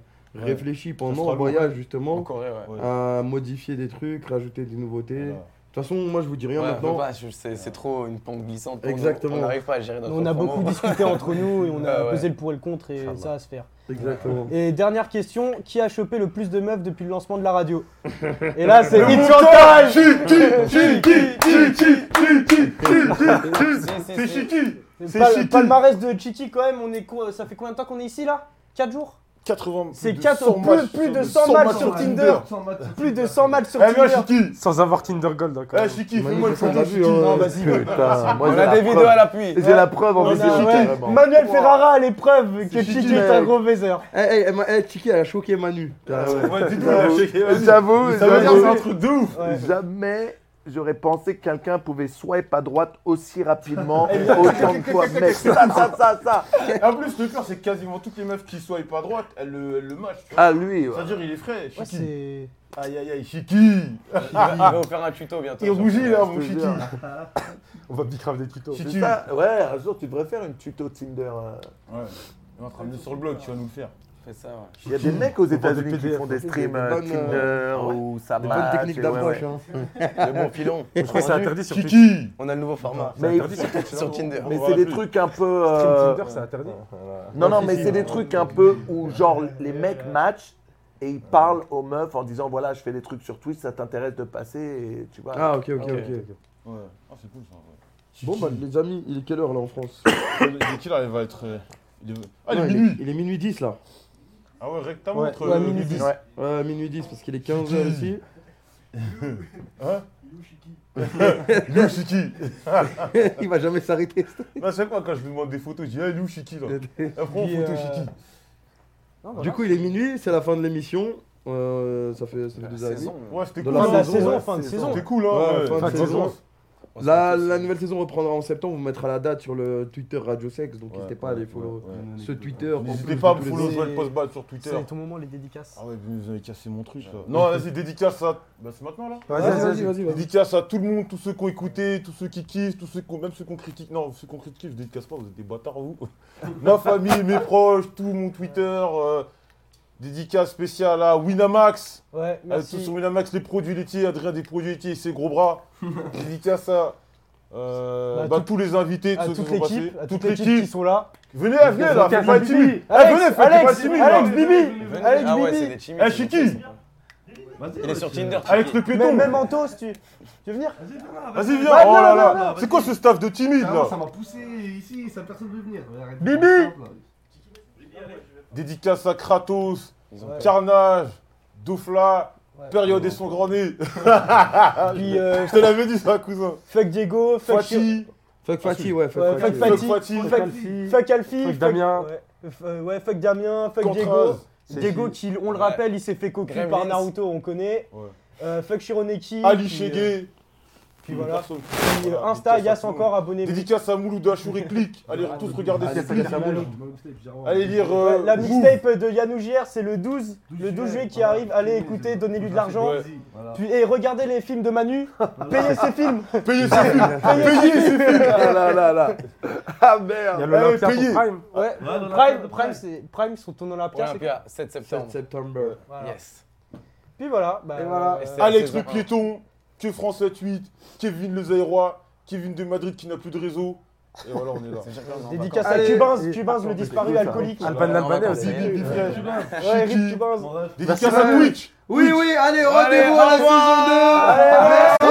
S1: réfléchi pendant
S3: sera
S1: le
S3: long.
S1: voyage justement
S2: En Corée, ouais.
S3: Ouais.
S1: à modifier des trucs, rajouter des nouveautés. De
S3: Voilà.
S1: toute façon, moi je vous dis rien
S2: Ouais, bah, on peut
S1: maintenant.
S2: pas, je- c'est c'est trop une pente glissante. pour nous.
S1: Exactement.
S2: On n'arrive pas à gérer notre
S4: On a
S2: promo. <laughs>
S4: beaucoup discuté entre nous et on a
S2: Ah ouais.
S4: pesé le pour et le contre et
S2: Inch'Allah.
S4: ça va se faire.
S1: Exactement.
S4: Et dernière question, qui a chopé le plus de meufs depuis le lancement de la radio Et là, c'est It's your <laughs>
S2: Si, si,
S3: C'est
S2: si.
S3: Chiki
S4: time
S3: C'est
S4: Pal-
S3: Chiki.
S4: Palmarès de Chichi quand même, on est co- ça fait combien de temps qu'on est ici là 4 jours
S3: 80
S4: C'est 4 plus, plus de 100 matchs sur Tinder Plus de 100 matchs sur
S3: Eh bien,
S4: Tinder
S3: Chiki
S8: Sans avoir Tinder Gold hein, encore.
S3: Eh, Chiki,
S1: Manu,
S3: fais-moi une
S1: personne
S3: photo,
S1: l'a vu,
S3: Chiki
S1: hein.
S4: Non, vas-y.
S7: Putain, moi,
S2: On a des vidéos à l'appui.
S7: J'ai la preuve en
S4: On
S7: plus.
S4: a- ouais. Manuel Ferrara a les preuves que
S1: C'est Chichi,
S4: Chichi est
S1: mais-
S4: un gros baiser.
S1: Eh, eh, eh, ma- eh, Chiki, elle a choqué Manu. T'as- <laughs>
S3: Ouais, dis-nous, Chiki, vas-y.
S7: J'avoue,
S3: Ça veut dire que c'est
S7: j'avoue,
S3: un truc de ouf
S4: Ouais.
S7: <laughs> jamais j'aurais pensé que quelqu'un pouvait swipe à droite aussi rapidement, <laughs>
S3: Eh bien,
S7: autant de fois. Mec, ça, ça, ça, ça.
S3: Et en plus, le pire, c'est que quasiment toutes les meufs qui soient pas à droite, elles le, elles le matchent. tu vois.
S7: Ah, lui, ouais.
S3: C'est-à-dire, il est frais.
S4: Ouais,
S3: Chiki.
S4: c'est.
S3: aïe, aïe, aïe, Chiki.
S2: Il va vous faire un tuto bientôt.
S3: Il rougit là, mon
S7: Je te
S3: Chiki.
S7: jure.
S8: On va bicrave des tutos.
S7: C'est
S3: Chiki.
S7: ça. Ouais, un jour, tu devrais faire une tuto Tinder. hein.
S3: Ouais. On va te ramener sur le blog, tu vas nous le faire.
S2: Fais ça, ouais.
S7: Il y a des mecs aux
S8: des
S7: États-Unis qui
S8: PDF,
S7: font des
S1: des
S7: streams euh,
S1: bonnes, euh,
S7: Tinder
S1: ouais.
S7: ou ça
S1: Des
S7: match,
S1: bonnes techniques
S7: et ouais,
S1: d'approche.
S7: Bah, ouais.
S1: hein.
S2: Le bon filon.
S8: Je crois que c'est interdit sur Twitch.
S3: Chiki.
S2: On a le nouveau format.
S7: Mais,
S8: interdit,
S2: Sur Tinder.
S7: mais
S3: On va
S7: c'est des
S3: plus.
S7: trucs un peu. euh,
S8: Stream Tinder, c'est interdit.
S7: Non, non,
S3: si,
S7: mais
S3: si.
S7: c'est des trucs un peu où, genre, les mecs matchent et ils parlent aux meufs en disant voilà, je fais des trucs sur Twitch, ça t'intéresse de passer et tu vois.
S1: Ah, ok, ok,
S2: Ah,
S1: ok.
S3: Ouais. Ah, c'est cool ça. ouais.
S1: Bon, bah, les amis, il est quelle heure là en France
S3: Le- le killer, il va être. euh, il est- Ah, il
S1: Non,
S3: est
S1: il,
S3: minuit.
S1: il est minuit 10 là.
S3: Ah ouais, rectament
S8: Ouais,
S3: entre
S8: ouais,
S3: euh,
S8: minuit
S3: midi.
S8: dix.
S3: Ouais.
S1: Ouais, minuit 10 parce qu'il est 15h ici.
S3: Hein <laughs> Il est où Chiki Ah,
S1: <laughs> il va jamais s'arrêter.
S3: Moi, chaque fois, quand je lui demande des photos, je dis Ah, il est où Chiki là Après, on
S4: Puis,
S3: photo
S4: euh,
S3: Chiki.
S1: Du coup, il est minuit, c'est la fin de l'émission. Euh, ça fait, ça fait
S2: La
S1: deux heures et demie.
S2: saison. là.
S3: Ouais, c'était
S1: Dans
S3: cool.
S4: Fin de la
S3: hein.
S1: saison,
S4: saison,
S1: ouais,
S4: fin de saison.
S3: C'était cool, hein.
S1: Ouais,
S3: ouais.
S1: fin de
S3: Fin de
S1: saison.
S3: saison.
S2: On se
S1: La,
S2: retrouve
S1: la
S2: tous.
S1: nouvelle saison reprendra en septembre. On vous mettra la date sur le Twitter Radio Sex. Donc
S3: Ouais,
S1: n'hésitez pas à
S3: ouais,
S1: aller follow
S3: ouais, ouais.
S1: ce Twitter. en plus
S3: N'hésitez
S1: de
S3: pas à me
S1: tous les
S3: follow
S1: autres.
S3: Joël Postbad sur Twitter.
S4: C'est ton moment, les dédicaces.
S3: Ah ouais, vous avez cassé mon truc là. Non, vas-y, dédicace à. Bah, c'est maintenant là.
S8: Vas-y,
S1: Vas-y,
S8: vas-y,
S1: vas-y, vas-y. vas-y.
S3: Dédicace à tout le monde, tous ceux qui ont écouté, tous ceux qui kiffent, tous ceux qui ont- même ceux qui ont critiqué. Non, ceux qui ont critiqué, je dédicace pas, vous êtes des bâtards,
S4: <laughs>
S3: vous. Ma famille, mes proches, tout mon Twitter. euh, dédicace spéciale à Winamax.
S4: Ouais,
S3: Euh, tous
S4: merci.
S3: sur Winamax, les produits laitiers, Adrien des produits laitiers et ses gros bras.
S4: <laughs>
S3: dédicace à. euh,
S4: Bah,
S3: bah,
S4: tout-
S3: tous les invités,
S4: À
S3: tous ceux
S4: toute
S3: qui sont passés.
S4: l'équipe, à toute l'équipe qui sont là.
S3: Venez, venez là, faites pas le timide. Eh, Venez,
S4: Alex,
S3: faites pas le
S4: Alex,
S3: timide
S4: Alex,
S3: là.
S4: Bibi,
S2: Venez.
S4: Alex,
S2: Ah ouais,
S4: Bibi.
S2: c'est des chimiques.
S3: Eh, Chiki
S2: Il est sur Tinder.
S3: Alex
S2: Chiki.
S3: le piéton
S4: même, même Antos, tu. Tu veux venir
S3: Vas-y, viens
S4: Bah,
S3: Oh
S4: non,
S3: là
S4: non,
S3: là
S4: non,
S3: C'est quoi ce staff de timide là
S5: Ça m'a poussé ici, ça personne veut venir.
S3: Bibi Dédicace à Kratos,
S2: Ils ont-
S3: Carnage, Doufla,
S4: Ouais.
S3: Période et son grand nez.
S4: Puis
S3: <laughs>
S4: euh,
S3: Je te l'avais dit ça, cousin.
S4: fuck Diego, fuck Chiro-
S3: Fati,
S1: Fuck Fatih, ouais. Fuck
S4: Ouais,
S1: Fatih.
S4: fuck
S3: Ah, Fuck
S4: Fatih,
S3: Fati,
S4: fuck-
S8: Alfie,
S4: fuck Alfie,
S8: fuck Damien.
S4: ouais. F- euh, ouais, fuck Damien, fuck Diego.
S3: Contraz.
S4: Diego qui, on le
S2: Ouais.
S4: rappelle, il s'est fait cocu
S2: Gremlins.
S4: par Naruto, on connaît.
S3: Ouais.
S4: Euh, fuck Shironeki.
S3: Ali
S4: puis, euh,
S3: Chegué.
S4: Puis voilà.
S3: Perso.
S4: Puis, euh,
S3: Voilà, dédicace
S4: Insta,
S3: à
S4: Yass
S3: tout le monde.
S4: encore, abonnez-vous.
S3: Dédicace à Mouloud Achour et Click. Allez tous regarder ses clips. Allez lire
S4: Ouais,
S3: euh,
S4: la
S3: Move.
S4: mixtape de Yannou JR, c'est le 12, le 12 juillet qui arrive. Allez écoutez, donnez-lui de l'argent.
S3: Ouais.
S4: Puis, et regardez les films de Manu. Payez ses films.
S3: Payez ses films.
S4: Payez ses films.
S7: Ah là là là. Ah
S8: Il y a
S7: merde.
S8: l'Olympia
S3: payez.
S8: pour Prime.
S4: Ouais, Prime, Prime, c'est Prime, sont ton Olympia. c'est-
S2: Olympia, 7
S1: 7
S2: septembre.
S1: septembre.
S4: Voilà.
S2: Yes.
S4: Puis voilà. bah,
S1: Et voilà.
S4: euh,
S2: Et c'est-
S3: Alex
S2: saison
S3: le
S2: un.
S3: piéton, que France 78, Kevin le Zaïrois, Kevin de Madrid qui n'a plus de réseau. Et voilà, on est là.
S4: Dédicace à
S1: Allez.
S4: Cubins,
S8: Et-
S4: Cubins le disparu alcoolique.
S8: Alban Albanais
S2: Ouais,
S8: aussi.
S2: ouais.
S3: Bibi, frère.
S4: Ouais, Rip Cubins.
S3: Dédicace à Twitch.
S1: Oui, oui, allez,
S2: Allez,
S1: rendez-vous à la
S2: au revoir.
S1: saison 2.
S4: Allez, ouais.